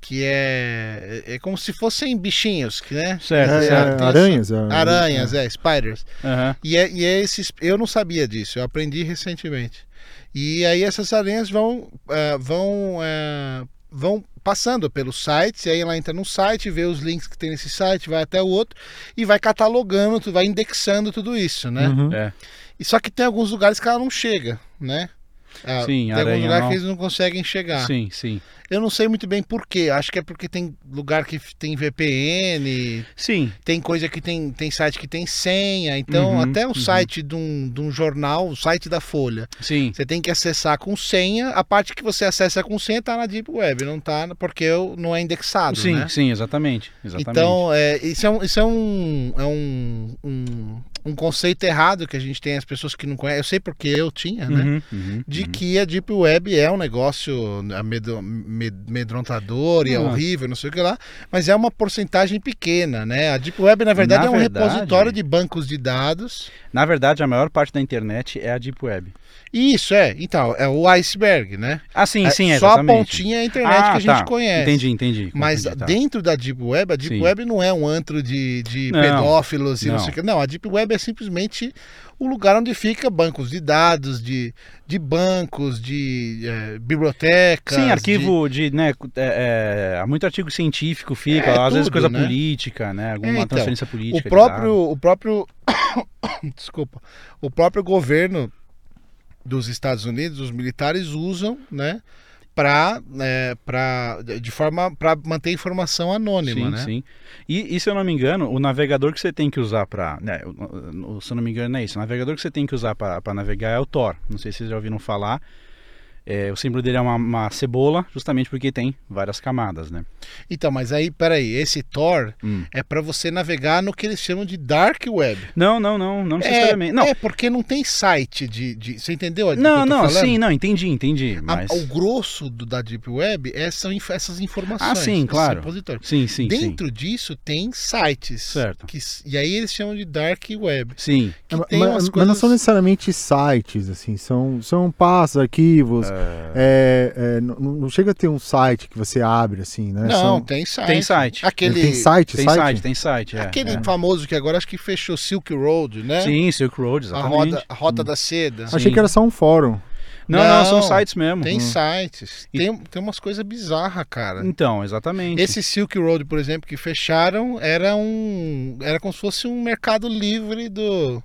que é é como se fossem bichinhos, que né?
Certo,
É,
certo.
é, aranhas? é.
Aranhas, é, spiders.
Aham.
E é, e é esses, eu não sabia disso, eu aprendi recentemente. E aí essas aranhas vão ah, vão ah, vão passando pelos sites, e aí ela entra num site, vê os links que tem nesse site, vai até o outro e vai catalogando, tu vai indexando tudo isso, né?
Uhum.
É.
E só que tem alguns lugares que ela não chega, né? Ah,
Sim,
tem
aranha
alguns lugares
não.
que eles não conseguem chegar.
Sim, sim.
Eu não sei muito bem por quê. Acho que é porque tem lugar que f- tem VPN,
Sim.
tem coisa que tem, tem site que tem senha. Então,
Uhum,
até o
uhum.
site de um, de um jornal, o site da Folha,
Sim.
você tem que acessar com senha. A parte que você acessa com senha tá na Deep Web, não tá na- porque eu- não é indexado,
Sim,
né?
sim, exatamente. Exatamente.
Então, é, isso é, um, isso é, um, é um, um, um conceito errado que a gente tem, as pessoas que não conhecem. Eu sei porque eu tinha, né?
Uhum, uhum,
de
uhum.
que a Deep Web é um negócio amedo- med- amedrontador e é
Ah.
horrível, não sei o que lá, mas é uma porcentagem pequena, né? A Deep Web, na verdade,
Na
é um
verdade-
repositório de bancos de dados.
Na verdade, a maior parte da internet é a Deep Web.
E isso é, então, é o iceberg, né?
Ah, sim,
É
sim, é,
Só a
exatamente.
pontinha é a internet
Ah,
que a gente
tá.
conhece.
Entendi, entendi.
Mas
Entendi, tá.
dentro da Deep Web, a Deep
Sim.
Web não é um antro de, de
Não,
pedófilos e não.
não.
sei o que. Não, a Deep Web é simplesmente o lugar onde fica bancos de dados, de, de bancos, de eh, bibliotecas.
Sim,
de-
arquivo de, né, é, é, há muito artigo científico fica,
É,
às vezes
tudo,
coisa
né?
política, né, alguma
É, então,
transferência política.
o
de
próprio
dado.
o próprio desculpa o próprio governo dos Estados Unidos os militares usam né para para de forma para manter informação anônima
sim,
né
Sim. E, e se eu não me engano, o navegador que você tem que usar para, né, o- o- se eu não me engano é isso, o navegador que você tem que usar para navegar é o Tor. Não sei se vocês já ouviram falar. É, o símbolo dele é uma, uma cebola, justamente porque tem várias camadas, né?
então mas aí peraí, esse Tor
Hum.
é para você navegar no que eles chamam de dark web
Não, não, não, não
é,
necessariamente. não,
é porque não tem site de, de você entendeu o que eu
não,
tô
não,
falando?
sim, não, entendi, entendi.
A-
Mas... Ah,
o grosso do, da deep web é, são inf- essas informações
sim,
esses
claro.
repositórios.
Sim, sim, sim.
Dentro disso tem sites.
Certo.
que s- e aí eles chamam de dark web.
Sim.
Que
Mas-
tem
É, mas,
umas
mas
coisas...
não são necessariamente sites, assim, são, são passos, arquivos. é, é, não, não chega a ter um site que você abre, assim, né?
Não,
São-
tem site.
Tem site.
Aquele,
Tem site,
Tem
site?
site, tem site. é,
aquele
é.
famoso que agora acho que fechou Silk Road, né?
Sim, Silk Road,
A
exatamente. Hum.
roda, a rota da seda.
Achei que era só um fórum.
Não, não, são
Não,
sites mesmo.
Tem
Uhum.
Hum.
sites.
E-
Tem, tem umas coisas bizarras, cara.
Então, exatamente.
Esse Silk Road, por exemplo, que fecharam, era um. Era como se fosse um mercado livre do.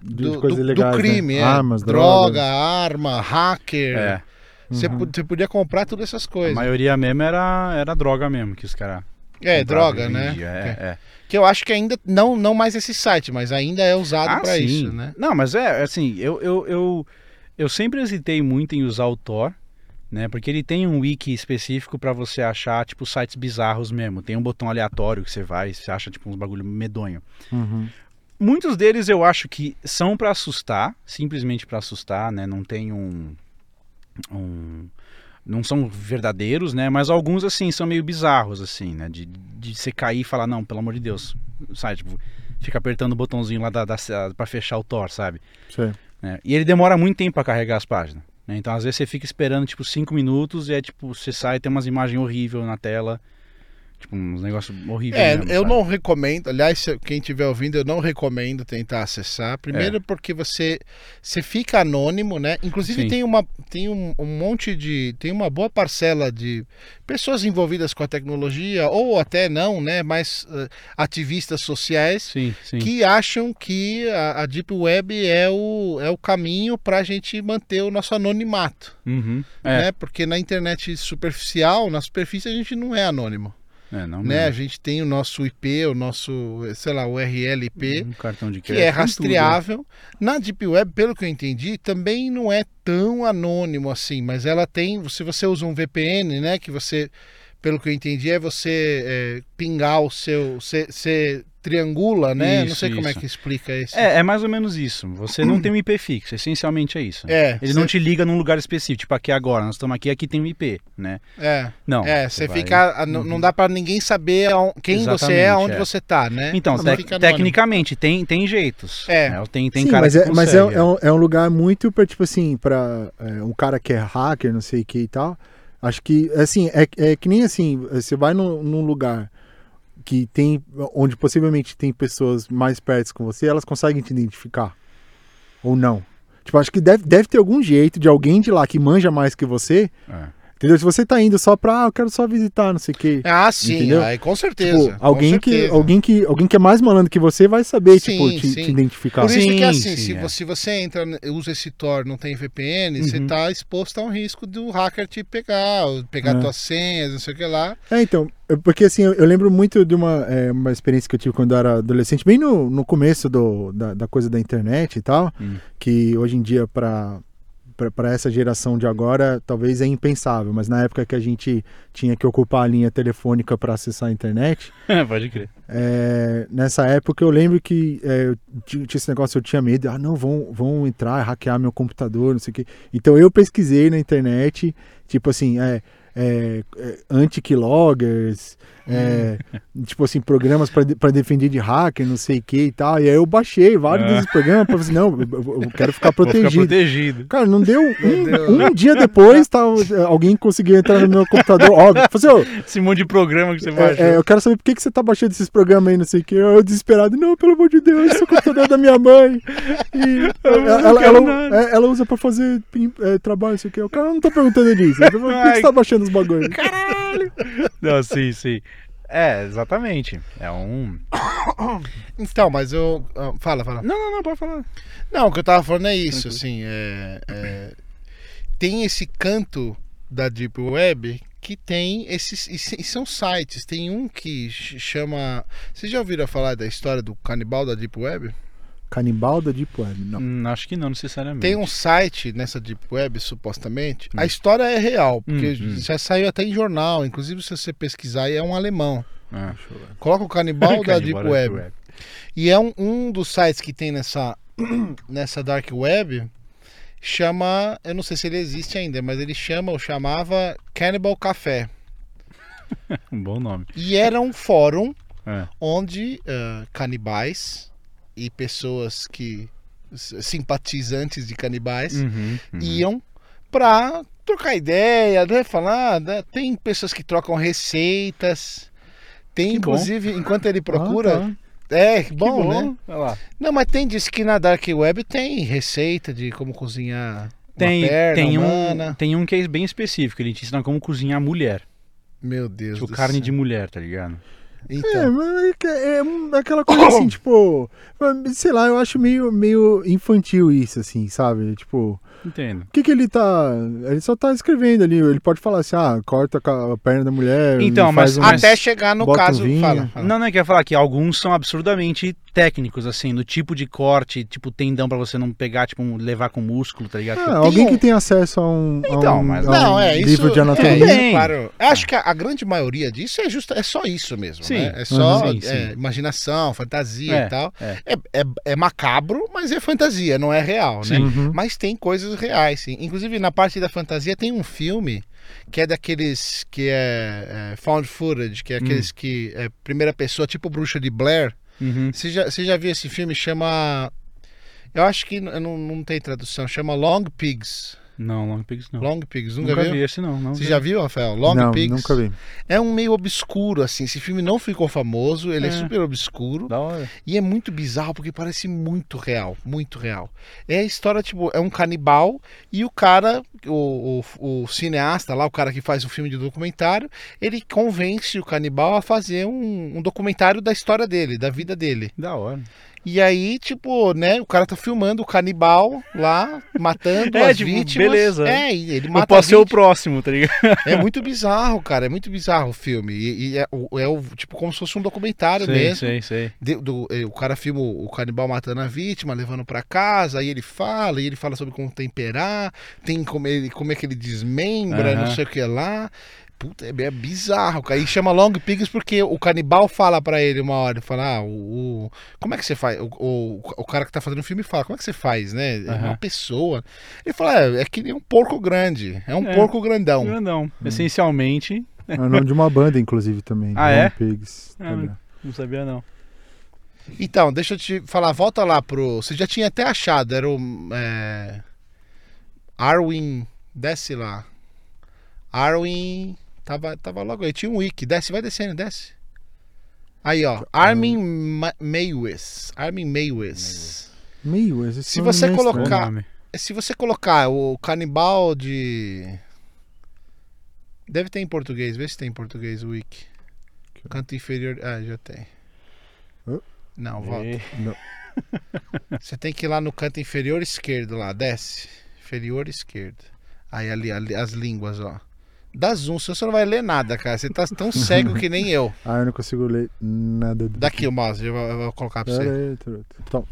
De
Do,
coisas
do- do
legais, né?
crime, é.
Armas,
droga,
drogas.
arma, hacker.
É.
Você
Uhum.
po- você podia comprar todas essas
A
coisas.
maioria mesmo era, era droga mesmo que os caras.
É, droga, né?
É, é.
Que eu acho que ainda, não, não mais esse site, mas ainda é usado
Ah,
pra
sim.
isso, né?
Não, mas é assim, eu, eu, eu, eu sempre hesitei muito em usar o Tor, né? Porque ele tem um wiki específico pra você achar, tipo, sites bizarros mesmo. Tem um botão aleatório que você vai, e você acha, tipo, uns bagulho medonho.
Uhum.
Muitos deles eu acho que são para assustar, simplesmente para assustar, né? Não tem um, um- não são verdadeiros, né? Mas alguns assim são meio bizarros assim, né? De, de você cair e falar não, pelo amor de Deus, sai tipo, fica apertando o botãozinho lá da, da para fechar o Thor, sabe?
Sei.
né? E ele demora muito tempo para carregar as páginas. né? Então às vezes você fica esperando tipo cinco minutos e é tipo você sai e tem umas imagens horríveis na tela, tipo uns negócios horríveis.
É,
mesmo,
eu
sabe?
não recomendo. Aliás, se- quem estiver ouvindo, eu não recomendo tentar acessar. Primeiro,
É.
porque você, você fica anônimo, né? Inclusive,
Sim.
tem, uma, tem um, um monte de. Tem uma boa parcela de pessoas envolvidas com a tecnologia, ou até não, né? Mas eh, ativistas sociais.
Sim, sim.
Que acham que a, a Deep Web é o, é o caminho para a gente manter o nosso anonimato.
Uhum. É,
Né? Porque na internet superficial, na superfície, a gente não é anônimo
é, não
né? A
mesmo.
gente tem o nosso IP, o nosso, sei lá, URL IP,
Um cartão de
que
crédito,
é
tem tudo,
rastreável. Na Deep Web, pelo que eu entendi, também não é tão anônimo assim, mas ela tem, se você usa um VPN, né, que você, pelo que eu entendi, é você é, pingar o seu, você- você triangula, né? não
Isso,
sei como é
isso.
que explica isso.
É, é mais ou menos isso. Você não tem um IP fixo, essencialmente é isso.
Hum. É,
Ele não te liga num lugar específico, tipo aqui agora, nós estamos aqui, aqui tem um IP, né?
é,
Não.
é, você
vai- Uhum.
fica, a- não- não dá pra ninguém saber aon- quem você é,
Exatamente,
onde
é.
você tá, né?
Então,
Você
tec-
fica anônimo.
tecnicamente, tem, tem jeitos.
É.
né? Tem, tem
Sim,
cara
mas,
que
é, mas é,
consegue.
é um, é um lugar muito pra, tipo assim, pra é, um cara que é hacker, não sei o que e tal. Acho que, assim, é, é que nem assim, você vai num, num lugar que tem, onde possivelmente tem pessoas mais perto com você, elas conseguem te identificar. Ou não. Tipo, acho que deve, deve ter algum jeito de alguém de lá que manja mais que você,
É.
entendeu? Se você tá indo só pra, ah, eu quero só visitar, não sei o que.
Ah, sim,
Entendeu?
aí, com
Tipo,
certeza. com
alguém que,
certeza.
alguém, que, alguém que é mais malandro que você vai saber,
Sim,
tipo, te,
sim.
te identificar.
Por isso que
Sim,
assim,
sim,
se,
é.
você, se você entra, usa esse Tor, não tem VPN, você
Uhum.
tá exposto a um risco do hacker te pegar, ou pegar
É.
tuas senhas, não sei o que lá.
É, então, eu- porque assim, eu, eu lembro muito de uma, é, uma experiência que eu tive quando eu era adolescente, bem no, no começo do, da, da coisa da internet e tal,
Hum.
que hoje em dia para para essa geração de agora talvez é impensável, mas na época que a gente tinha que ocupar a linha telefônica para acessar a internet,
Pode crer.
é, nessa época eu lembro que é, eu ti- tinha esse negócio, eu tinha medo, ah não, vão, vão entrar, hackear meu computador, não sei o quê. Então eu pesquisei na internet, tipo assim, é, é, é, anti-keyloggers, é, tipo assim, programas para defender de hacker, não sei o que e tal. E aí eu baixei vários
Ah.
desses programas para assim, não, eu, eu- eu quero ficar
Vou ficar
protegido.
protegido.
Cara, não deu
Deus.
um, um dia depois, tá, alguém conseguiu entrar no meu computador, óbvio. Falei, assim, "Ô,
Esse monte de programa que você baixa.
é, é, eu quero saber por que, que você tá baixando esses programas aí, não sei o que. Eu desesperado, não, pelo amor de Deus, isso é o computador da minha mãe. E
Eu não
ela, ela,
quero
ela,
nada.
é, ela usa pra fazer é, trabalho, não sei o que. O cara eu não tá perguntando disso. Eu tô falando, Por que, que você tá baixando os bagulhos?
Não, sim, sim. É, exatamente. É um.
Então, mas eu. ah, Fala, fala.
Não, não, não, pode falar.
Não, o que eu tava falando é isso, assim, é, é, tem esse canto da Deep Web que tem esses, e se- e são sites, tem um que ch- chama, vocês já ouviram falar da história do canibal da Deep Web?
Canibal da Deep Web, não.
Hum, acho que não necessariamente.
Tem um site nessa Deep Web, supostamente. A história é real, porque
Hum, hum.
já saiu até em jornal. Inclusive, se você pesquisar, é um alemão.
É.
Coloca o canibal da Deep
Canibal da
Web. E é um, um dos sites que tem nessa, nessa Dark Web. Chama, eu não sei se ele existe ainda, mas ele chama ou chamava Cannibal Café.
Um bom nome.
E era um fórum
É.
onde ah, canibais e pessoas que. s- simpatizantes de canibais
Uhum, uhum.
iam pra trocar ideia, né? Falar, né? tem pessoas que trocam receitas. Tem,
Que bom.
inclusive, enquanto ele procura.
Ah, tá.
É, que
Que
bom, né?
Olha lá.
Não, mas tem, diz que na Dark Web tem receita de como cozinhar
Tem,
uma perna
tem, um,
humana.
tem um que é bem específico, ele te ensina como cozinhar mulher.
Meu Deus
Tipo,
do
carne
céu.
de mulher, tá ligado?
Então,
É, mas é que- é um- aquela coisa assim, tipo, sei lá, eu acho meio, meio infantil isso, assim, sabe? Tipo,
Entendo.
O que, que ele tá. Ele só tá escrevendo ali. Ele pode falar assim: ah, corta a perna da mulher.
Então,
faz
mas-
um...
mas-
até chegar no
bota um
caso...
vinho.
é
fala, fala.
Não, não, eu quero falar que alguns são absurdamente técnicos, assim, do tipo de corte, tipo tendão pra você não pegar, tipo, um- levar com músculo, tá ligado?
Ah, alguém
um-
que tem acesso a um, a
Então,
um-
mas-
a um
Não, é isso.
livro de
é
anatomia.
isso,
Tem.
claro. Acho que a, a grande maioria disso é justa, é só isso mesmo.
Sim.
né? É só
Uhum. Sim, sim.
é, imaginação, fantasia
É,
e tal.
é.
É, é- é macabro, mas é fantasia, não é real, né?
Uhum.
Mas tem coisas reais, sim. Inclusive, na parte da fantasia, tem um filme que é daqueles que é, é, found footage, que é
Hum.
aqueles que é primeira pessoa, tipo Bruxa de Blair.
Uhum.
Você já, você já viu esse filme? Chama. Eu acho que n- não, não tem tradução, chama Long Pigs.
Não, Long Pigs não.
Long Pigs, nunca,
Nunca,
viu?
vi esse, não. não
Você
vi.
já viu, Rafael? Long
não,
Pigs?
nunca vi.
É um meio obscuro, assim. Esse filme não ficou famoso, ele é,
É.
super obscuro.
Da hora.
E é muito bizarro, porque parece muito real, muito real. É a história, tipo, é um canibal e o cara, o, o, o cineasta lá, o cara que faz o filme de documentário, ele convence o canibal a fazer um, um documentário da história dele, da vida dele.
Da hora.
E aí, tipo, né, o cara tá filmando o canibal lá, matando
É,
as
tipo,
vítimas.
beleza.
É, e ele
Eu
mata
posso ser
vítimas.
o próximo, tá ligado?
É muito bizarro, cara. É muito bizarro o filme. E, e é, o- é o, tipo como se fosse um documentário
Sei,
mesmo.
sei, sei.
De- do- eh, o cara filma o o canibal matando a vítima, levando pra casa, aí ele fala, e ele fala sobre como temperar, tem como, ele, como é que ele desmembra,
Aham.
não sei o que lá. Puta, é, é bizarro, cara. E chama Long Pigs porque o canibal fala pra ele uma hora, ele fala, ah, o, o- como é que você faz? O, o, o cara que tá fazendo o filme fala, como é que você faz, né? É
Aham.
uma pessoa. Ele fala, é, é que nem um porco grande, é um
É.
porco grandão.
Grandão.
Hum.
Essencialmente,
É o nome de uma banda, inclusive, também.
Ah,
Long
é?
Pigs.
Ah,
Olha.
não sabia, não.
Então, deixa eu te falar, volta lá pro. Você já tinha até achado, era o. é, Arwin. Desce lá. Arwin. Tava, tava logo aí, tinha um wiki. Desce, vai descendo, desce. Aí, ó. Armin Ma- Meiwes. Armin Meiwes.
Meio, esse
Se
nome
você
é
colocar-
estranho.
Ca- Se você colocar o canibal de. Deve ter em português, vê se tem em português o wiki. Canto inferior. Ah, já tem.
Hã?
Não, volta.
E-
Você tem que ir lá no canto inferior esquerdo, lá, desce. Inferior esquerdo. Aí ali, ali, as línguas, ó. Dá zoom, senão você não vai ler nada, cara. Você tá tão cego que nem eu.
Ah, eu não consigo ler nada do
Daqui o mouse, eu vou, eu vou colocar pra você.
Pera aí, truta. Então,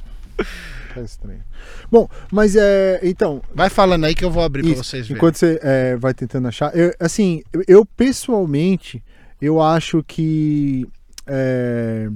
tá estranho. Bom, mas é. Então,
Vai falando aí que eu vou abrir pra
Isso,
vocês verem.
enquanto você é, vai tentando achar. eu- assim, eu, eu pessoalmente, eu acho que. é,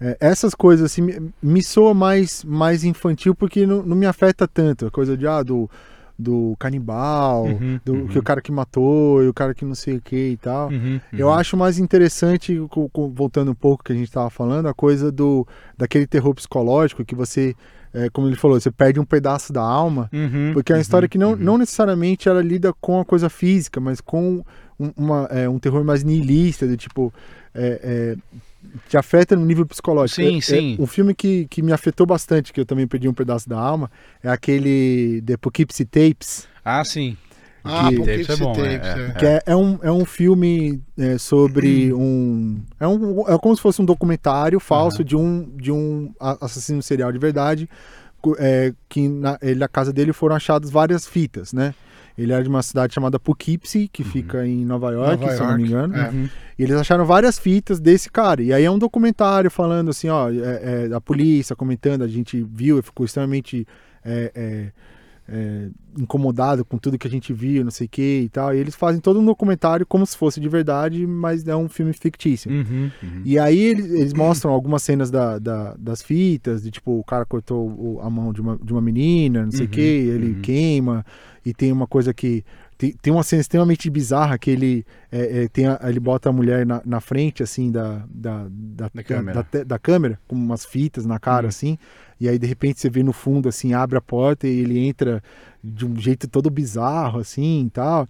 é, essas coisas assim me, me soa mais, mais infantil porque não, não me afeta tanto. A coisa de, ah, do, do canibal,
Uhum,
do
uhum.
que o cara que matou e o cara que não sei o que e tal.
Uhum,
Eu
uhum.
acho mais interessante, co- co- voltando um pouco que a gente estava falando, a coisa do daquele terror psicológico que você, é, como ele falou, você perde um pedaço da alma,
Uhum,
porque é uma
uhum,
história que não,
uhum.
não necessariamente ela lida com a coisa física, mas com um, uma, é, um terror mais nihilista, do tipo. é, é, te afeta no nível psicológico.
Sim,
É- é
sim.
um filme que, que me afetou bastante, que eu também perdi um pedaço da alma, é aquele The Poughkeepsie Tapes,
Ah, sim.
Ah,
que-
porque
Tapes é
você
bom,
tapes,
é,
é. Uhum.
que é, é um, é um filme é, sobre um é, um. é como se fosse um documentário falso
Uhum.
de, um, de um a- assassino serial de verdade. co- é, que na, ele, na casa dele foram achadas várias fitas, né? Ele era de uma cidade chamada Poughkeepsie, que fica em Nova York,
Uhum. Nova
se eu não me
York,
engano.
é.
Uhum.
E eles acharam várias fitas desse cara. E aí é um documentário falando assim, ó, é, é, a polícia comentando, a gente viu e ficou extremamente é, é, é, incomodado com tudo que a gente viu, não sei o que e tal. E eles fazem todo um documentário como se fosse de verdade, mas é um filme fictício.
Uhum, uhum.
E aí eles, eles mostram algumas cenas da- da- das fitas, de tipo, o cara cortou o- a mão de uma, de uma menina, não sei o
Uhum,
que, ele
uhum.
queima, e tem uma coisa que. Tem, tem uma cena extremamente bizarra que ele, é, é, tem a- ele bota a mulher na, na frente, assim, da, da, da,
Da câmera.
da te- da câmera, com umas fitas na cara,
Uhum.
assim, e aí de repente você vê no fundo, assim, abre a porta e ele entra de um jeito todo bizarro, assim, e tal.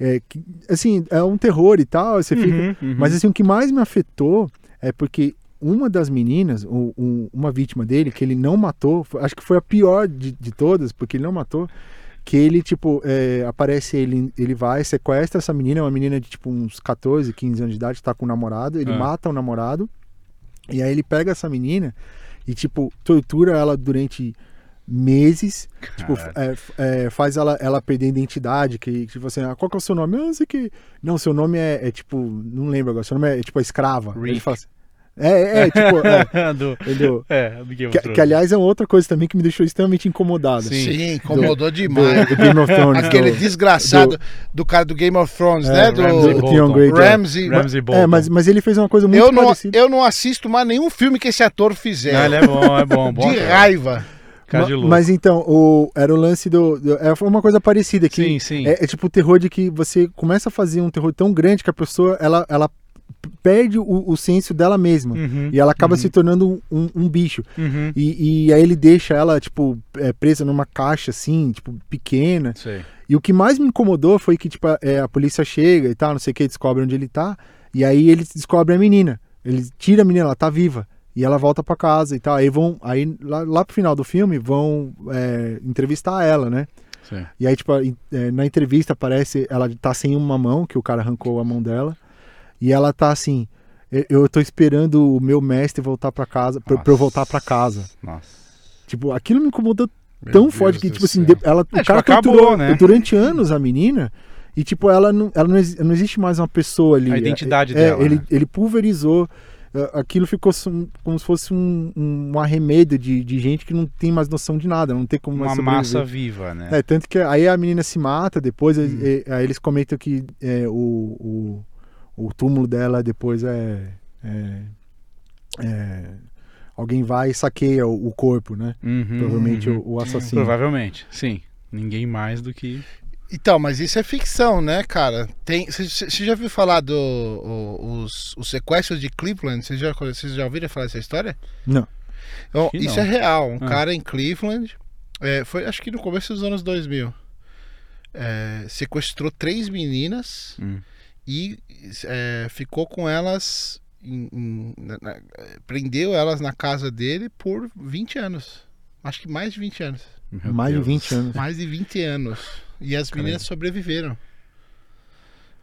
É, que- assim, é um terror e tal, e você fica,
Uhum, uhum.
mas assim, o que mais me afetou é porque uma das meninas, o- um- uma vítima dele, que ele não matou, fo- acho que foi a pior de, de todas, porque ele não matou, que ele, tipo, é, aparece, ele, ele vai, sequestra essa menina, é uma menina de, tipo, uns 14, 15 anos de idade, tá com um namorado, ele
Ah.
mata o namorado, e aí ele pega essa menina e, tipo, tortura ela durante meses, Tipo,
Caralho.
é, f- é, faz ela, ela perder a identidade, que tipo assim, ah, qual que é o seu nome? Ah, não sei que. Não, seu nome é, é, tipo, não lembro agora, seu nome é, é, tipo a escrava. Aí Ele
Rick.
fala assim, É, é, tipo, é,
Ah, do,
entendeu?
é, do Game of
Que,
Thrones.
que, aliás é outra coisa também que me deixou extremamente incomodado. assim,
Sim.
Sim, incomodou
Do,
demais.
do Game of Thrones.
Aquele
do-
desgraçado do... cara do Game of Thrones, né? Do
do
Ramsay
Ramsey.
Bolton.
Theon Greyjoy.
Ramsey.
Ramsay Bolton.
É, mas, mas ele fez uma coisa muito
Eu não,
parecida.
eu não assisto mais nenhum filme que esse ator fizer.
Não, ele é bom, é bom. bom
de
ator.
raiva.
Cara
Ma-
de louco.
Mas então, o, era o lance do, do. é, Foi uma coisa parecida que.
Sim, sim.
É, é tipo o terror de que você começa a fazer um terror tão grande que a pessoa ela, ela p- perde o, o senso dela mesma.
Uhum,
E ela acaba se tornando um, um bicho.
uhum.
E, e aí ele deixa ela, tipo, é, presa numa caixa, assim, tipo, pequena.
Sei.
E o que mais me incomodou foi que, tipo, a, é, a polícia chega e tal, não sei o que, descobre onde ele tá. E aí eles descobrem a menina. Eles tiram a menina, ela tá viva. E ela volta pra casa e tal. Aí vão. Aí lá, lá pro final do filme vão é, entrevistar ela, né?
Sei.
E aí, tipo, em- é, na entrevista aparece, ela tá sem uma mão, que o cara arrancou a mão dela. E ela tá assim, eu, eu tô esperando o meu mestre voltar pra casa, pra, pra eu voltar pra casa.
Nossa.
Tipo, aquilo me incomodou
Meu
tão
Deus
forte que,
do
tipo assim,
céu.
de- ela,
É,
o
tipo,
cara
acabou,
torturou
né?
durante anos a menina. E, tipo, ela não, ela não, exi- não existe mais uma pessoa ali.
A identidade
é,
dela,
Ele,
né?
ele pulverizou. é, Aquilo ficou sum- como se fosse um, um, um arremedo de, de gente que não tem mais noção de nada, não tem como
Uma
mais
massa
sobreviver.
viva, né?
É, tanto que aí a menina se mata, depois
Hum.
e- e- aí eles comentam que é, o, o, o túmulo dela depois é. é- é, alguém vai e saqueia o, o corpo, né?
Uhum,
Provavelmente
uhum.
o, o assassino.
Provavelmente, sim. Ninguém mais do que.
Então, mas isso é ficção, né, cara? Tem. Você já viu falar do o- os, os sequestros de Cleveland? Vocês já, vocês já ouviram falar dessa história?
Não.
Então,
que
isso
não.
é real. Um
Ah.
cara em Cleveland, é, foi acho que no começo dos anos 2000, é, sequestrou três meninas
Hum.
e é, ficou com elas, em- em- na- na- prendeu elas na casa dele por 20 anos. Acho que mais de 20 anos.
Meu
mais
Deus.
de 20 anos.
Mais de 20 anos. E as
Caralho.
meninas sobreviveram.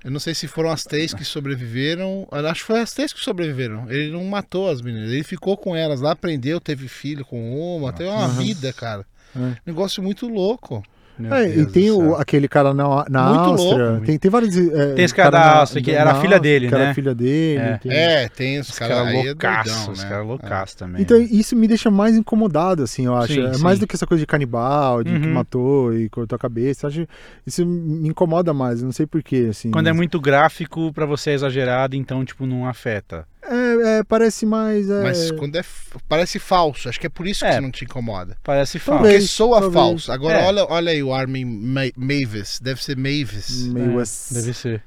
Eu não sei se foram as três que sobreviveram. Eu Acho que foi as três que sobreviveram. Ele não matou as meninas. Ele ficou com elas lá, aprendeu, teve filho com uma, teve uma
Aham.
vida, cara.
É.
Negócio muito louco.
Meu
É,
Deus
e tem
do
o-
céu.
aquele cara na, na
Muito
Áustria.
louco.
Tem, tem vários. é,
Tem esse cara da Áustria, que
na
era a filha
Áustria,
dele,
que
né?
Era a filha dele.
É.
tem-
É, tem os
Esse
caras
cara
aí. é
loucaço,
doidão,
esse
né?
cara loucaço também.
Então,
né?
isso me deixa mais incomodado, assim, eu acho.
Sim,
é
sim.
mais do que essa coisa de canibal, de que
Uhum.
matou e cortou a cabeça. Acho, isso me incomoda mais, eu não sei porquê, assim.
Quando é
mas-
muito gráfico, pra você é exagerado, então, tipo, não afeta.
É, é, parece mais. É...
Mas quando é. f- Parece falso. Acho que é por isso que
É.
isso não te incomoda.
Parece
Talvez.
fácil.
Porque soa
talvez.
falso. Agora,
É.
olha, olha aí o Armin Ma- Mavis. Deve ser Mavis.
meio
É,
assim.
Deve ser.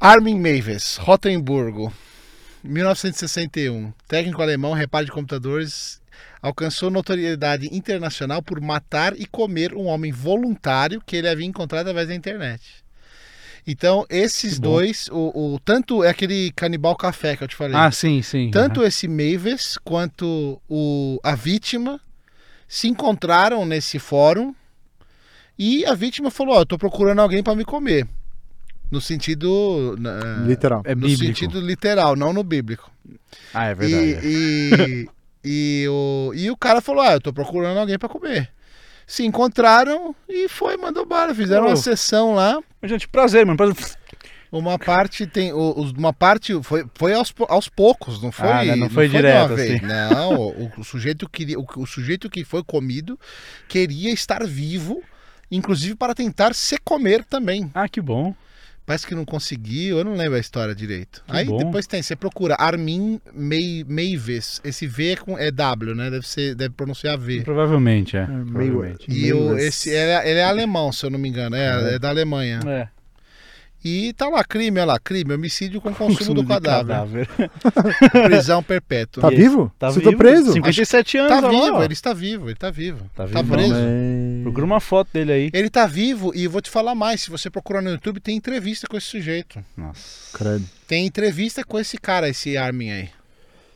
Armin Mavis, Rotenburgo, 1961. Técnico alemão, reparo de computadores, alcançou notoriedade internacional por matar e comer um homem voluntário que ele havia encontrado através da internet. Então, esses
Que bom.
dois, o, o- tanto é aquele canibal café que eu te falei.
Ah, sim, sim.
Tanto esse Mavis quanto o, a vítima se encontraram nesse fórum e a vítima falou: Ó, eu tô procurando alguém para me comer. No sentido. na-
Literal.
É
no
bíblico.
sentido literal, não no bíblico.
Ah, é verdade.
E, e, e, o, e o cara falou: Ah, eu tô procurando alguém para comer. Se encontraram e foi, mandou bala. Fizeram uma
Oh.
sessão lá.
Mas, Gente, prazer, mano. Prazer.
Uma parte tem. o- os- Uma parte foi, foi aos, po- aos poucos, não foi?
Ah, né, não foi
de uma
direto,
vez.
assim.
Não, o, o sujeito queria. O, o sujeito que foi comido queria estar vivo, inclusive para tentar se comer também.
Ah, que bom.
Parece que não conseguiu, eu não lembro a história direito.
Que
Aí
bom.
depois tem, você procura Armin Mei- Meives. Esse V é, com, é W, né? Deve, ser, deve pronunciar V.
Provavelmente, é.
meio-
provavelmente.
E o,
Meives.
esse, ele, é, ele é alemão, se eu não me engano. É, é da Alemanha.
É.
E tá lá, crime, olha lá, crime, homicídio com consumo,
Consumo
um do
de
cadáver. prisão perpétua.
Tá
E-
vivo?
Tá
Você
vivo?
tá preso?
57 anos,
Tá
olha lá,
vivo,
ó.
ele está vivo, ele está vivo.
Tá
Tá,
vivo,
preso.
É.
Procura uma foto dele aí.
Ele tá vivo e vou te falar mais, se você procurar no YouTube tem entrevista com esse sujeito.
Nossa.
Credo.
Tem entrevista com esse cara, esse Armin aí.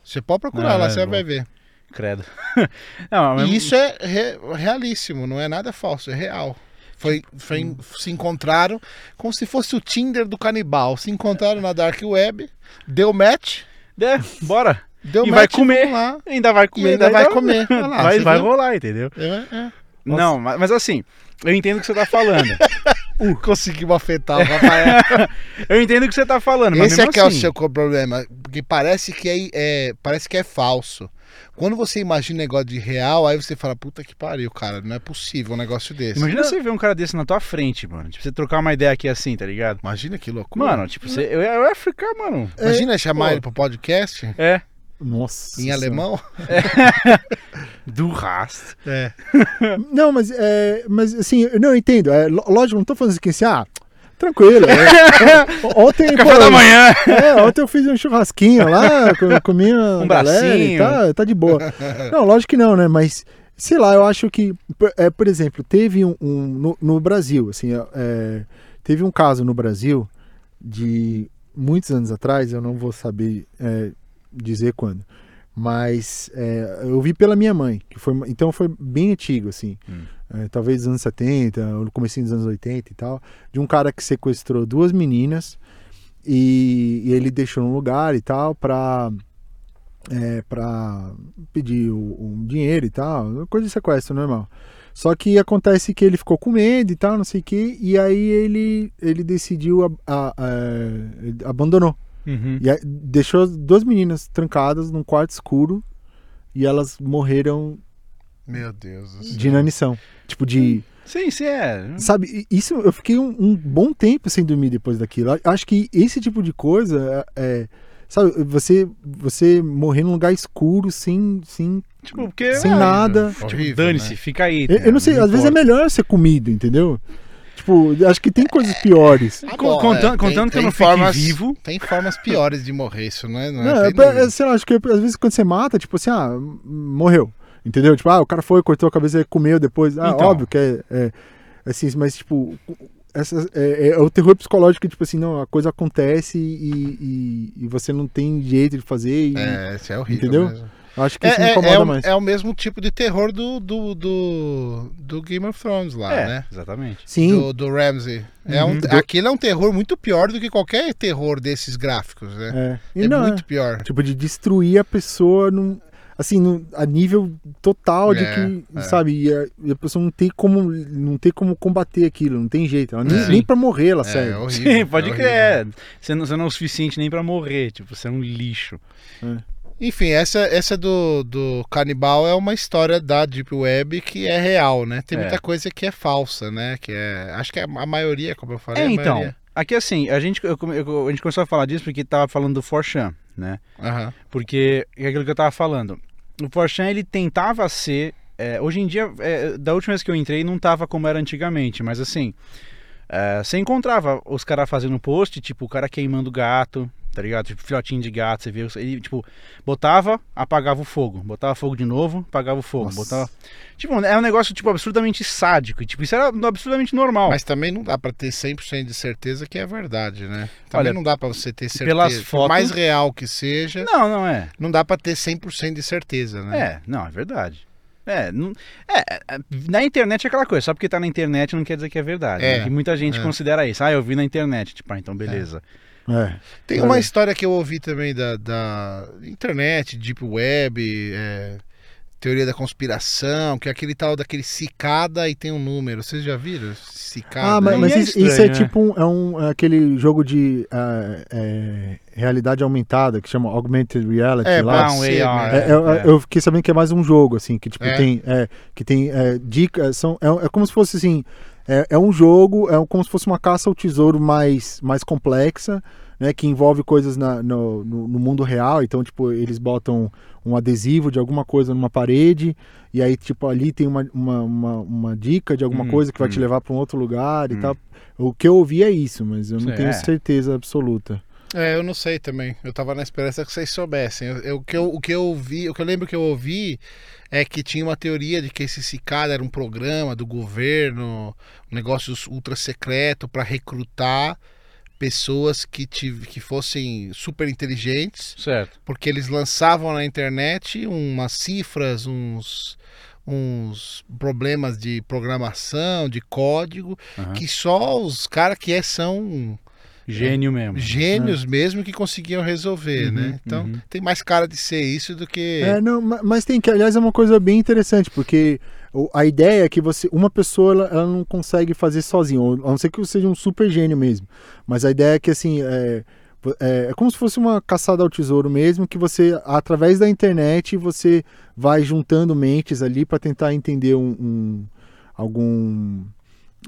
Você pode procurar
Ah,
lá,
é,
você
bom.
vai ver.
Credo. Não, mas-
E isso é re- realíssimo, não é nada falso, é real. Foi, foi- se encontraram como se fosse o Tinder do canibal. Se encontraram na Dark Web, deu match,
É, bora.
deu
E
match.
vai comer.
vamos lá.
Ainda vai
E
comer.
ainda
daí
vai
dá-
comer. Olha lá,
vai
você
vai
viu?
rolar, entendeu?
É, é.
Não, mas, mas assim, eu entendo o que você tá falando.
Conseguiu afetar o Rafael.
Eu entendo o que você tá falando, mas
Esse é
mesmo
que é o
assim,
seu co- problema, porque parece que é, é- parece que é falso. Quando você imagina um negócio de real, aí você fala, puta que pariu, cara, não é possível um negócio desse. Imagina,
Imagina você ver um cara desse na tua frente, mano. Tipo, você trocar uma ideia aqui assim, tá ligado?
que loucura.
Mano, tipo, você, eu, eu ia ficar, mano.
imagina chamar
pô.
ele pro podcast em
É.
Nossa.
alemão.
Do rast.
É.
Não, mas, é, mas assim, eu não entendo. É, lo- lógico, não tô falando isso aqui assim, ah, tranquilo. é. ontem,
Café da manhã.
É, ontem eu fiz um churrasquinho lá, com- comi uma
Um
galera e
bracinho.
tá, tá de boa. Não, lógico que não, né? Mas, sei lá, eu acho que, por- é, por exemplo, teve um, um- no, no Brasil, assim, é, teve um caso no Brasil de muitos anos atrás, eu não vou saber é, dizer quando, mas é, eu vi pela minha mãe, que foi, então foi bem antigo, assim,
Hum.
é, talvez dos anos 70, ou no comecinho dos anos 80 e tal, de um cara que sequestrou duas meninas e, e ele deixou num lugar e tal pra, é, pra pedir o- um dinheiro e tal, coisa de sequestro normal. Só que acontece que ele ficou com medo e tal, não sei o que, e aí ele, ele decidiu, ab- a- a- ele abandonou.
Uhum.
E aí deixou as duas meninas trancadas num quarto escuro e elas morreram
Meu Deus do céu.
de inanição. Tipo, de.
Sim, sim, é.
Sabe, e- isso eu fiquei um, um bom tempo sem dormir depois daquilo. A- Acho que esse tipo de coisa é. é, Sabe, você, você morrer num lugar escuro sem. sem
Tipo, porque.
Sem
ah,
nada.
Tipo,
É Horrível,
dane-se,
né?
fica aí.
eu, eu não sei, às vezes é melhor ser comido, entendeu? Tipo, acho que tem coisas piores.
Tá
Co-
bom,
contando-
é,
contando que eu não fique vivo.
Tem formas piores de morrer, isso não é. Não é,
Não, é,
sem
pra-
dúvida.
é, sei lá, acho que às vezes quando você mata, tipo assim, ah, m- morreu. Entendeu? Tipo, ah, o cara foi, cortou a cabeça e comeu depois. Ah,
Então.
óbvio que é, é- Assim, mas tipo. Essas, é, é o terror psicológico, que, tipo assim, não, a coisa acontece e, e, e você não tem jeito de fazer. E
É, isso é horrível.
né? Entendeu?
mesmo.
eu Acho que isso me
É, é,
incomoda
é, o,
mais.
é o mesmo tipo de terror do, do, do, do Game of Thrones lá,
É,
né?
exatamente.
Sim,
Do, do Ramsey. É
Uhum.
um, Aquilo é um terror muito pior do que qualquer terror desses gráficos, né?
é. E
É,
não,
muito pior.
Tipo, de destruir a pessoa num, assim, num- a nível total de
É,
que,
é.
sabe, e a, e a pessoa não tem como não tem como combater aquilo, não tem jeito. Ela nem,
É.
nem pra morrer ela
É,
serve.
é horrível.
Tá Sim, pode
é
crer.
horrível.
é. Você não, você não é o suficiente nem pra morrer. Tipo, você é um lixo.
Enfim, essa, essa do, do canibal é uma história da Deep Web que é real, né? Tem
É.
muita coisa que é falsa, né? Que é, acho que é a maioria, como eu falei.
É,
a
então.
maioria.
Aqui assim, a gente, eu come- eu- a gente começou a falar disso porque tava falando do Forchan, né?
Aham.
Porque é aquilo que eu tava falando. O Forchan, ele tentava ser. é, hoje em dia, é, da última vez que eu entrei, não tava como era antigamente, mas assim. é, você encontrava os caras fazendo post, tipo, o cara queimando gato, tá ligado? Tipo, filhotinho de gato, você vê. Ele, tipo, botava, apagava o fogo. Botava fogo de novo, apagava o fogo.
Nossa.
Botava. Tipo, é um negócio, tipo, absurdamente sádico. E, tipo, isso era absurdamente normal.
Mas também não dá pra ter 100% de certeza que é verdade, né? Também
Olha,
não dá pra você ter certeza.
pelas
Por mais
fotos-
real que seja,
Não, não é.
não dá pra ter 100% de certeza, né?
É, não, é verdade. É, não- é, é, na internet é aquela coisa, só porque tá na internet não quer dizer que é verdade.
É,
né? Que muita gente
é.
considera isso. Ah, eu vi na internet. Tipo, ah, então beleza.
É.
Tem uma
Olha.
história que eu ouvi também da, da internet, deep web, é, teoria da conspiração, que é aquele tal daquele cicada e tem um número. Vocês já viram? Cicada.
Ah, mas,
Não,
mas
e é
isso,
estranho,
isso é
né?
tipo um, é um- é aquele jogo de ah, é, realidade aumentada que chama Augmented Reality
É,
lá.
pode
Brown
ser,
AR.
né?
É, eu,
É.
eu fiquei sabendo que é mais um jogo, assim, que tipo,
É.
tem. é, que tem é, dicas. São, é, é como se fosse assim. É, é um jogo, é como se fosse uma caça ao tesouro mais, mais complexa, né? Que envolve coisas na- no, no- no mundo real. Então, tipo, eles botam um adesivo de alguma coisa numa parede, e aí, tipo, ali tem uma, uma, uma, uma dica de alguma
Hum,
coisa que vai
hum.
te levar para um outro lugar e
Hum.
tal. O que eu ouvi é isso, mas eu não
Sim,
tenho
é.
certeza absoluta.
É, eu não sei também. Eu tava na esperança que vocês soubessem. Eu- eu- o, que eu, o que eu ouvi- o que eu lembro que eu ouvi é que tinha uma teoria de que esse cicada era um programa do governo, um negócio ultra secreto para recrutar pessoas que, tive, que fossem super inteligentes
Certo.
porque eles lançavam na internet umas cifras, uns, uns problemas de programação, de código,
Aham.
que só os caras que é- são
Gênio mesmo.
gênios mesmo que conseguiam resolver,
Uhum,
né? Então
uhum.
tem mais cara de ser isso do que.
É, não, ma- mas tem que, aliás, é uma coisa bem interessante, porque o- a ideia é que você, uma pessoa ela, ela não consegue fazer sozinha, ou- a não ser que você seja um super gênio mesmo. Mas a ideia é que assim é, vo- é, é como se fosse uma caçada ao tesouro mesmo, que você através da internet você vai juntando mentes ali para tentar entender um, um- algum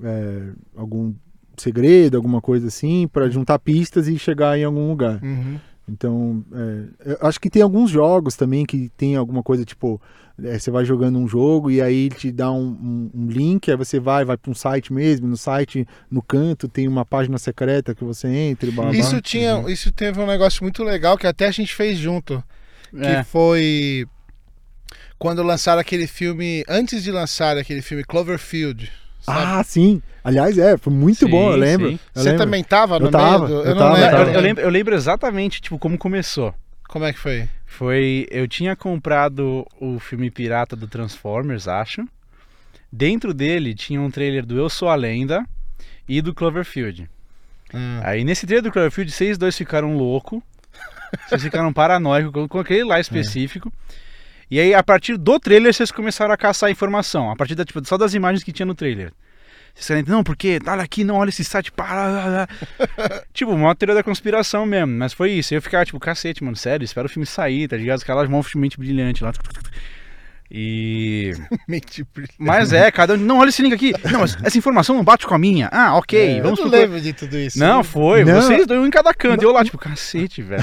é, algum segredo, alguma coisa assim, para juntar pistas e chegar em algum lugar.
Uhum.
Então, é, eu acho que tem alguns jogos também que tem alguma coisa tipo: é, você vai jogando um jogo e aí ele te dá um, um- um link, aí você vai, vai para um site mesmo. No site, no canto, tem uma página secreta que você entra. e blá, blá, blá.
Isso, tinha,
Uhum.
isso teve um negócio muito legal que até a gente fez junto. Que
É.
foi quando lançaram aquele filme. Antes de lançar aquele filme Cloverfield. sabe?
Ah, sim. Aliás, é, foi muito
Sim,
bom, eu lembro.
sim.
eu
Você
lembro.
também tava no
Eu tava,
meio do...
eu
não
tava,
lembro.
Eu, eu lembro, eu lembro exatamente tipo como começou.
Como é que foi?
Foi eu tinha comprado o filme pirata do Transformers, acho. Dentro dele tinha um trailer do Eu Sou a Lenda e do Cloverfield.
Ah.
Aí nesse trailer do Cloverfield, vocês dois ficaram louco. Vocês ficaram paranoicos com- com aquele lá específico.
É.
E aí, a partir do trailer, vocês começaram a caçar informação. A partir da, tipo, só das imagens que tinha no trailer. Vocês querem, não, porque olha aqui, não, olha esse site. Para. tipo, uma teoria da conspiração mesmo. Mas foi isso. Eu ficava, tipo, cacete, mano, sério, espero o filme sair, tá ligado? Os caras vão mente brilhante lá. E.
Mente brilhante.
Mas é, cada um. Não, olha esse link aqui. Não, mas essa informação não bate com a minha. Ah, ok.
É, eu
vamos
não
procurar-
lembro de tudo isso.
não, foi.
Não.
Vocês dois um em cada canto. E Eu lá, tipo, cacete, velho.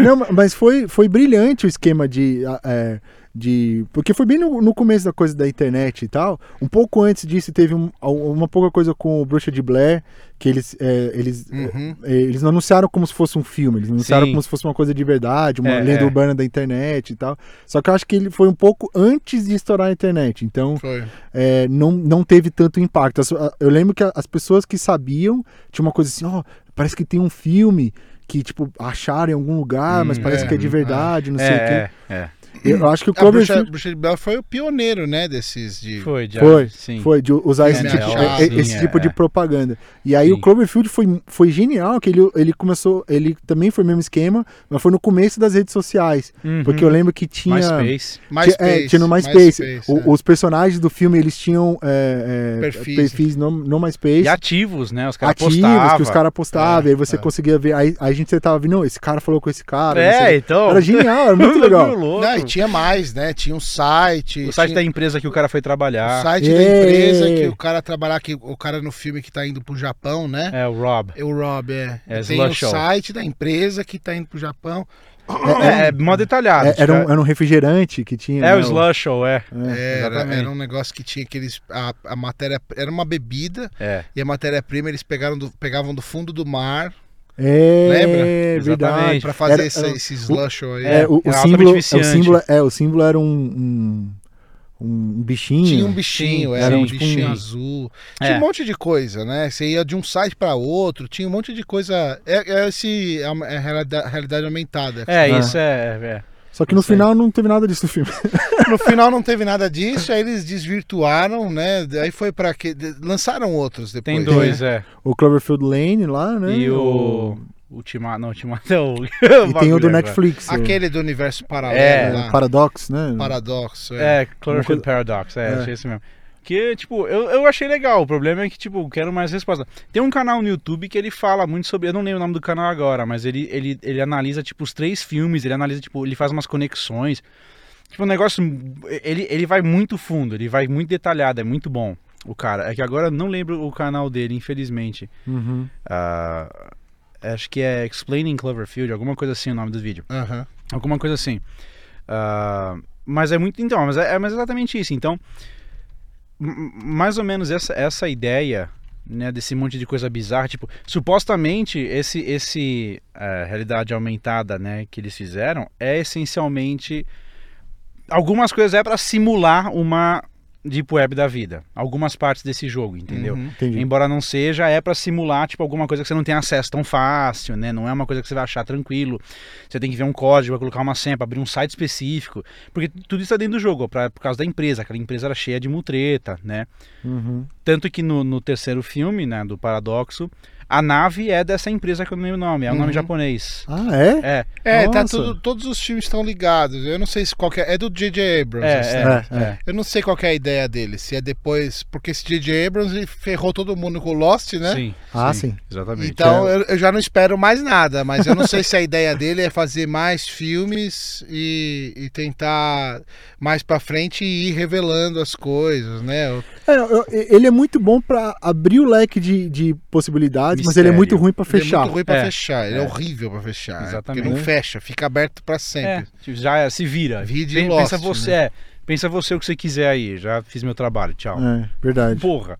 Não, ma- mas foi, foi brilhante o esquema de. a- é, de porque foi bem no, no começo da coisa da internet e tal. Um pouco antes disso, teve um- uma pouca coisa com o Bruxa de Blair, que eles, é, eles,
Uhum.
é, eles não anunciaram como se fosse um filme, eles anunciaram
Sim.
como se fosse uma coisa de verdade, uma
É,
lenda
é.
urbana da internet e tal. Só que eu acho que ele foi um pouco antes de estourar a internet. Então,
Foi.
é, não, não teve tanto impacto. As- a- Eu lembro que a- as pessoas que sabiam, tinha uma coisa assim, ó, parece que tem um filme que, tipo, acharam em algum lugar, mas
Hum,
parece
é,
que é de
hum,
verdade, não sei o quê.
É, é, é.
Eu acho que o
A bruxa,
Cloverfield
Bruxa de Blair foi o pioneiro, né? Desses de.
Foi, já.
Foi,
sim.
foi de usar esse
É,
tipo,
né,
é, é, esse
assim,
tipo
é.
de propaganda. E aí
Sim.
o Cloverfield foi, foi genial, que ele, ele começou, ele também foi o mesmo esquema, mas foi no começo das redes sociais.
Uhum.
Porque eu lembro que tinha...
MySpace.
MySpace. é.
Tinha- é, tinha no MySpace. O- Os personagens do filme, eles tinham é, é,
Perfis.
perfis, no, no MySpace.
E ativos, né? Os caras
ativos
postavam.
que os caras postavam,
É,
aí você
é. conseguia
conseguia ver, aí, a gente tava vendo, não, esse cara falou com esse cara.
É, então.
Era genial, era muito
Bagulho
legal.
louco.
Não, e tinha mais, né? Tinha um site.
O site
tinha-
da empresa que o cara foi
o
trabalhar.
site da
É.
empresa que o cara trabalhar, que o cara no filme que tá indo pro Japão, né?
É, o Rob.
É. O Rob, é.
É,
E tem o
Slush Show.
site da empresa que tá indo pro Japão.
É, é mó detalhado.
É, era, um,
tipo,
era um refrigerante que tinha.
é
né,
o Slush Show, é.
É, era,
exatamente.
era um negócio que tinha aqueles. A, a matéria. Era uma bebida
É.
e a matéria-prima eles pegaram do- pegavam do fundo do mar
É,
Lembra?
verdade.
Exatamente.
pra fazer
Era-
esse,
era-
esse slush aí.
É, o, o
Era altamente
símbolo, o
viciante.
símbolo, é, o símbolo era um, um, um bichinho.
Tinha um bichinho,
Sim,
era um
tipo,
sim,
bichinho
sim.
azul.
É.
Tinha um monte de coisa, né? Você ia de um site pra outro, tinha um monte de coisa. É, é esse é a é a realida- realidade aumentada.
É,
É.
isso é. é.
Só que no
Isso aí.
final não teve nada disso no filme.
No final não teve nada disso, aí eles desvirtuaram, né? Aí foi pra que de- lançaram outros depois.
Tem
né?
dois, é.
O Cloverfield Lane lá, né?
E o. Ultima... Não, Ultima... Não, o
E tem o
bagulho é,
do
agora.
Netflix. o-
né? É. Aquele do universo paralelo
É,
lá.
é, Paradox, né?
Paradoxo. É.
É, Cloverfield Paradox, é,
É.
achei isso mesmo. Que, tipo, eu, eu achei legal. O problema é que, tipo, quero mais resposta. Tem um canal no YouTube que ele fala muito sobre. Eu não lembro o nome do canal agora, mas ele, ele, ele analisa, tipo, os três filmes, ele analisa, tipo, ele faz umas conexões. Tipo, um negócio. Ele, ele vai muito fundo, ele vai muito detalhado, é muito bom. O cara. É que agora eu não lembro o canal dele, infelizmente.
Uhum.
Ah, acho que é Explaining Cloverfield, alguma coisa assim o nome do vídeo.
Aham.
Alguma coisa assim. Ah, mas é muito. Então, mas é, é mais exatamente isso. Então, m- m- mais ou menos essa, essa ideia, né, desse monte de coisa bizarra. Tipo, supostamente esse, esse ah, realidade aumentada, né, que eles fizeram é essencialmente. Algumas coisas é para simular uma Deep Web da vida. Algumas partes desse jogo, entendeu?
Uhum.
Entendi.
Embora não seja, é pra simular tipo alguma coisa que você não tem acesso tão fácil, né? Não é uma coisa que você vai achar tranquilo. Você tem que ver um código, vai colocar uma senha, pra abrir um site específico, porque tudo isso tá dentro do jogo, pra, por causa da empresa. Aquela empresa era cheia de mutreta, né?
Uhum.
Tanto que no, no terceiro filme, né, do Paradoxo, A nave é dessa empresa que eu não lembro o nome, é um
Uhum.
nome japonês.
Ah, é?
É,
É, tá
Nossa.
tudo, todos os filmes estão ligados. Eu não sei se qual que é. É do J.J.
é,
Abrams. esse, né?
é,
É, é.
é.
Eu não sei qual que é a ideia dele. Se é depois. Porque esse J.J. Abrams ele ferrou todo mundo com o Lost, né?
Sim.
Ah, sim.
Exatamente. é.
Então eu, eu já não espero mais nada, mas eu não sei se a ideia dele é fazer mais filmes e, e tentar mais pra frente ir revelando as coisas, né? Eu-
É, eu- ele é muito bom pra abrir o leque de, de possibilidades, mas ele é
Mistério.
muito ruim pra
ele É
fechar.
muito ruim pra
É.
fechar, ele é,
É.
horrível pra fechar. né? Porque não
Exatamente.
fecha, fica aberto pra
É,
sempre.
tipo, já se vira.
Vide
Pen-
Lost, né?
pensa você, é, pensa você o que você quiser aí. Já fiz meu trabalho, tchau.
É, verdade.
Porra.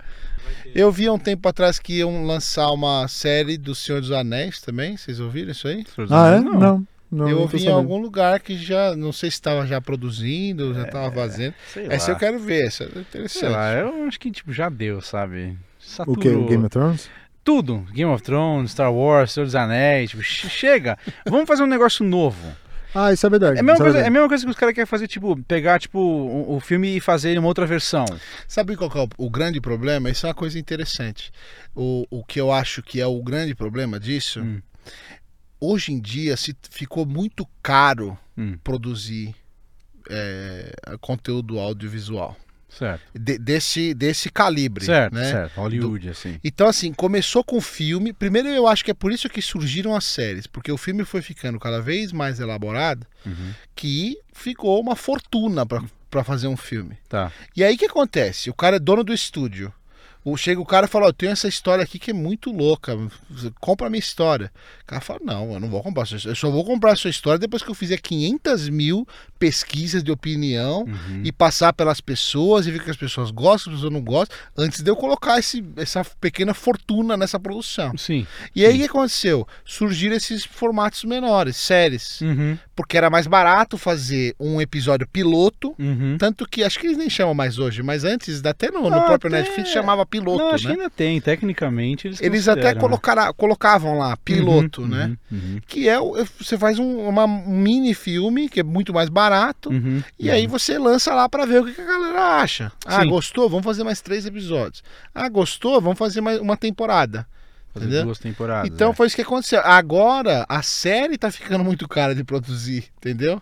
Eu vi há um tempo atrás que iam lançar uma série do Senhor dos Anéis também, vocês ouviram isso aí?
Ah, é? Não. não.
eu
não tô
ouvi em
sabendo.
algum lugar que já, não sei se estava já produzindo, já estava fazendo.
É, Sei lá.
Essa eu quero ver, essa é interessante.
Sei lá, eu acho que tipo, já deu, sabe?
O que?
Saturou
O Game of Thrones?
tudo. Game of Thrones, Star Wars, Senhor dos Anéis. Tipo, che- chega. Vamos fazer um negócio novo.
Ah, isso é verdade.
É a mesma,
isso é
coisa, é a
verdade.
mesma coisa que os caras querem fazer, tipo, pegar tipo, o, o filme e fazer uma outra versão.
Sabe qual que é o, o grande problema? Isso é uma coisa interessante. O, o que eu acho que é o grande problema disso,
Hum.
hoje em dia se ficou muito caro
Hum.
produzir é, conteúdo audiovisual
Certo.
de- desse, desse calibre.
Certo,
né?
certo. Hollywood, assim.
Então, assim, começou com o filme. Primeiro, eu acho que é por isso que surgiram as séries, porque o filme foi ficando cada vez mais elaborado,
Uhum.
que ficou uma fortuna pra- pra fazer um filme.
Tá.
E aí o que acontece? O cara é dono do estúdio. O, chega o cara e fala: ó, Eu tenho essa história aqui que é muito louca. Compra a minha história. O cara fala: Não, eu não vou comprar a sua história. Eu só vou comprar a sua história depois que eu fizer 500 mil pesquisas de opinião
Uhum.
e passar pelas pessoas e ver o que as pessoas gostam, o que as pessoas não gostam, antes de eu colocar esse, essa pequena fortuna nessa produção.
Sim.
E aí o
Sim.
que aconteceu? Surgiram esses formatos menores, séries.
Uhum.
Porque era mais barato fazer um episódio piloto
Uhum.
tanto que acho que eles nem chamam mais hoje, mas antes, até no, no
Ah,
próprio
até-
Netflix, chamava piloto,
Não, acho
né?
que ainda tem, tecnicamente. Eles,
Eles até
consideram, né?
colocara- colocavam lá, piloto,
Uhum,
né?
uhum,
Que é, o- você faz um uma um mini filme, que é muito mais barato,
uhum, uhum.
e aí você lança lá pra ver o que que a galera acha. Ah,
Sim.
gostou? Vamos fazer mais três episódios. Ah, gostou? Vamos fazer mais uma temporada.
Fazer
entendeu?
duas temporadas.
Então
é.
foi isso que aconteceu. Agora, a série tá ficando muito cara de produzir, entendeu?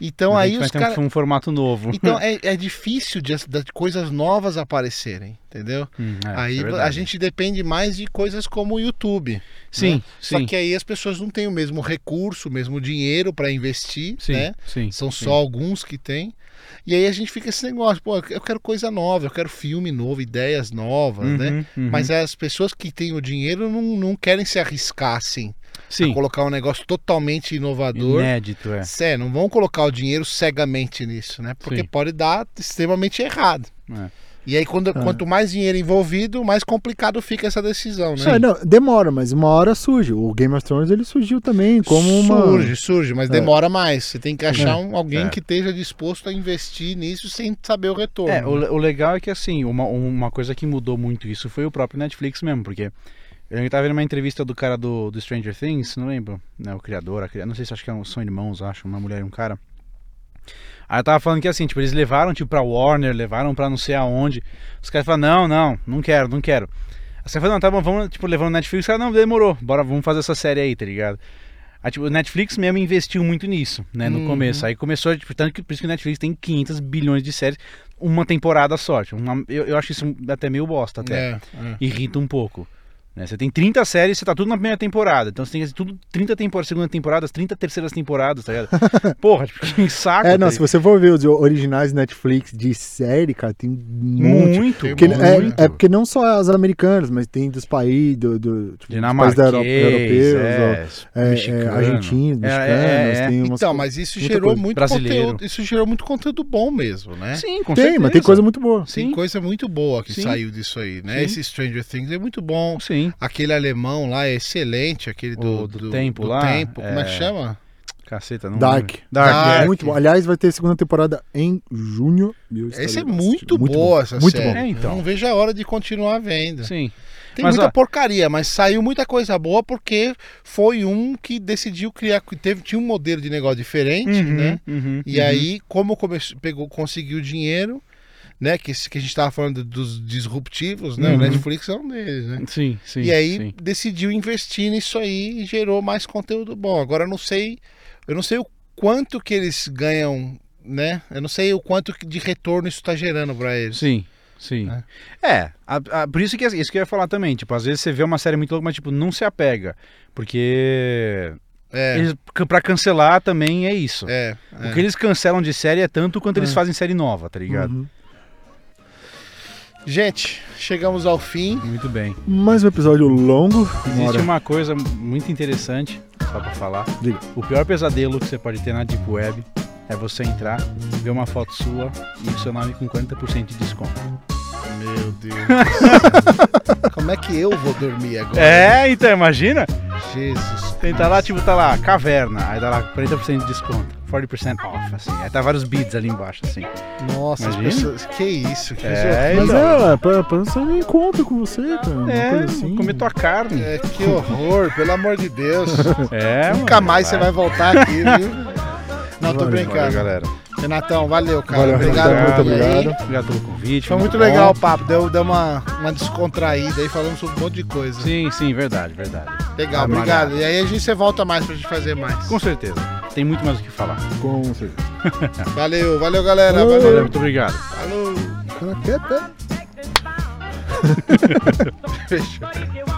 Então
A
aí
gente vai
os
ter um-
caras...
um formato novo.
Então é, é difícil de, de coisas novas aparecerem, entendeu?
Hum, é,
aí
isso é
a
verdade.
gente depende mais de coisas como o YouTube.
Sim,
né?
sim.
Só que aí as pessoas não têm o mesmo recurso, o mesmo dinheiro para investir,
Sim,
né?
sim.
São
sim.
só alguns que têm. E aí a gente fica esse negócio, pô, eu quero coisa nova, eu quero filme novo, ideias novas,
Uhum,
né?
uhum.
Mas as pessoas que têm o dinheiro não, não querem se arriscar assim, a
sim.
colocar um negócio totalmente inovador.
Inédito, é.
É, não vão colocar o dinheiro cegamente nisso, né? Porque
Sim.
pode dar extremamente errado.
É.
E aí, quando, quanto mais dinheiro envolvido, mais complicado fica essa decisão, né?
É, não, demora, mas uma hora surge. O Game of Thrones ele surgiu
é
também como uma.
Surge, surge, mas
É.
demora mais. Você tem que achar um- alguém
É.
que esteja disposto a investir nisso sem saber o retorno. né?
É, o, le- o legal é que assim, uma, uma coisa que mudou muito isso foi o próprio Netflix mesmo, porque eu tava vendo uma entrevista do cara do, do Stranger Things, não lembro, né, o criador, a cria- não sei se acho que é um- são irmãos, acho, uma mulher e um cara. Aí eu tava falando que assim, tipo, eles levaram tipo pra Warner, levaram pra não sei aonde. Os caras falaram: "Não, não, não quero, não quero". Aí Você falou, não, tá bom, vamos, tipo, levando o Netflix, cara, não, demorou, bora, vamos fazer essa série aí, tá ligado? Aí, tipo, o Netflix mesmo investiu muito nisso, né, no
Uhum.
começo. Aí começou, tipo, tanto que, por isso que o Netflix tem 500 bilhões de séries, uma temporada só, tipo, uma- eu, eu acho isso até meio bosta,
É,
até.
é.
Irrita um pouco. né? Você tem 30 séries, você tá tudo na primeira temporada. Então você tem assim, tudo 30 temporadas, segunda temporada, 30 terceiras temporadas, tá ligado? Porra, tipo, que saco.
É,
tá
não,
ligado?
se você for ver os originais Netflix de série, cara, tem um monte.
muito.
Tem
Porque
muito.
é, é porque não só as americanas, mas tem dos países do, do tipo, dos países da
Dinamarquês,
Europa, europeus, ó, é, é,
mexicano.
argentinos,
É, é,
mexicanos,
é, é.
tem umas
Então, mas isso
muita
gerou
coisa.
muito
Brasileiro.
conteúdo. Isso gerou muito conteúdo bom mesmo, né?
Sim, com
tem,
certeza.
mas tem coisa muito boa.
Tem
Sim,
coisa muito boa que
Sim.
saiu disso aí, né?
Sim.
Esse Stranger Things é muito bom.
sim.
Aquele alemão lá é excelente, aquele do,
O do tempo lá,
tempo, como é que
é.
chama?
Caceta, não
Dark.
lembro.
Dark.
É muito bom. Aliás, vai ter segunda temporada em junho. E eu
Essa
estarei
é
lá
muito,
assistindo.
boa,
bom,
essa
muito
série.
bom.
É, então.
Eu não vejo a hora de continuar vendo.
Sim.
Tem
Mas,
muita
ó-
porcaria, mas saiu muita coisa boa porque foi um que decidiu criar, que teve, tinha um modelo de negócio diferente, né?
Uhum, uhum,
E
uhum.
aí, como come- pegou, conseguiu dinheiro, né? Que, esse- que a gente tava falando dos disruptivos, né?
Uhum.
O Netflix é um deles, né?
Sim, sim.
e aí
sim.
decidiu investir nisso aí e gerou mais conteúdo bom. Agora eu não sei, eu não sei o quanto que eles ganham, né? Eu não sei o quanto que- de retorno isso tá gerando pra eles.
Sim, sim. É, a- a- por isso que é, isso que eu ia falar também. Tipo, às vezes você vê uma série muito louca, mas tipo, não se apega. Porque.
É,
Eles, pra cancelar também é isso.
é, é.
O que eles cancelam de série é tanto quanto eles
É.
fazem série nova, tá ligado?
Uhum.
Gente, chegamos ao fim.
Muito bem.
Mais um episódio longo. Uma
Existe
hora.
uma coisa muito interessante, só pra falar.
Diga.
O pior pesadelo que você pode ter na Deep Web é você entrar, ver uma foto sua e o seu nome com 40% de desconto.
Meu Deus. Como é que eu vou dormir agora?
É, então, imagina?
Jesus.
Tenta lá, tipo, tá lá, caverna, aí dá lá 40% de desconto, 40% off, assim. Aí tá vários bids ali embaixo, assim.
É, Nossa, as
Imagina.
pessoas. Que isso? Que
É,
horror.
Mas
então.
é, pra, pra você nem encontro com você, cara. Uma
É,
coisa assim.
comer tua carne.
É, que horror, pelo amor de Deus.
É,
Nunca mais você vai voltar aqui, viu? Não, tô
Valeu,
brincando.
galera.
Renatão, valeu, cara.
Valeu,
obrigado,
Renatão,
por
muito
tudo aí.
obrigado.
Obrigado pelo convite.
Foi muito
bom.
legal o papo, deu, deu uma, uma descontraída aí, falamos sobre um monte de coisa.
Sim, sim, verdade, verdade.
Legal,
Vai
obrigado. E aí a gente você volta mais pra gente fazer mais.
Com certeza. Tem muito mais o que falar.
Com certeza.
Valeu, valeu, galera.
Valeu.
Valeu.
Valeu, muito obrigado.
Falou.
Caraca, até-
Fechou.
But if you want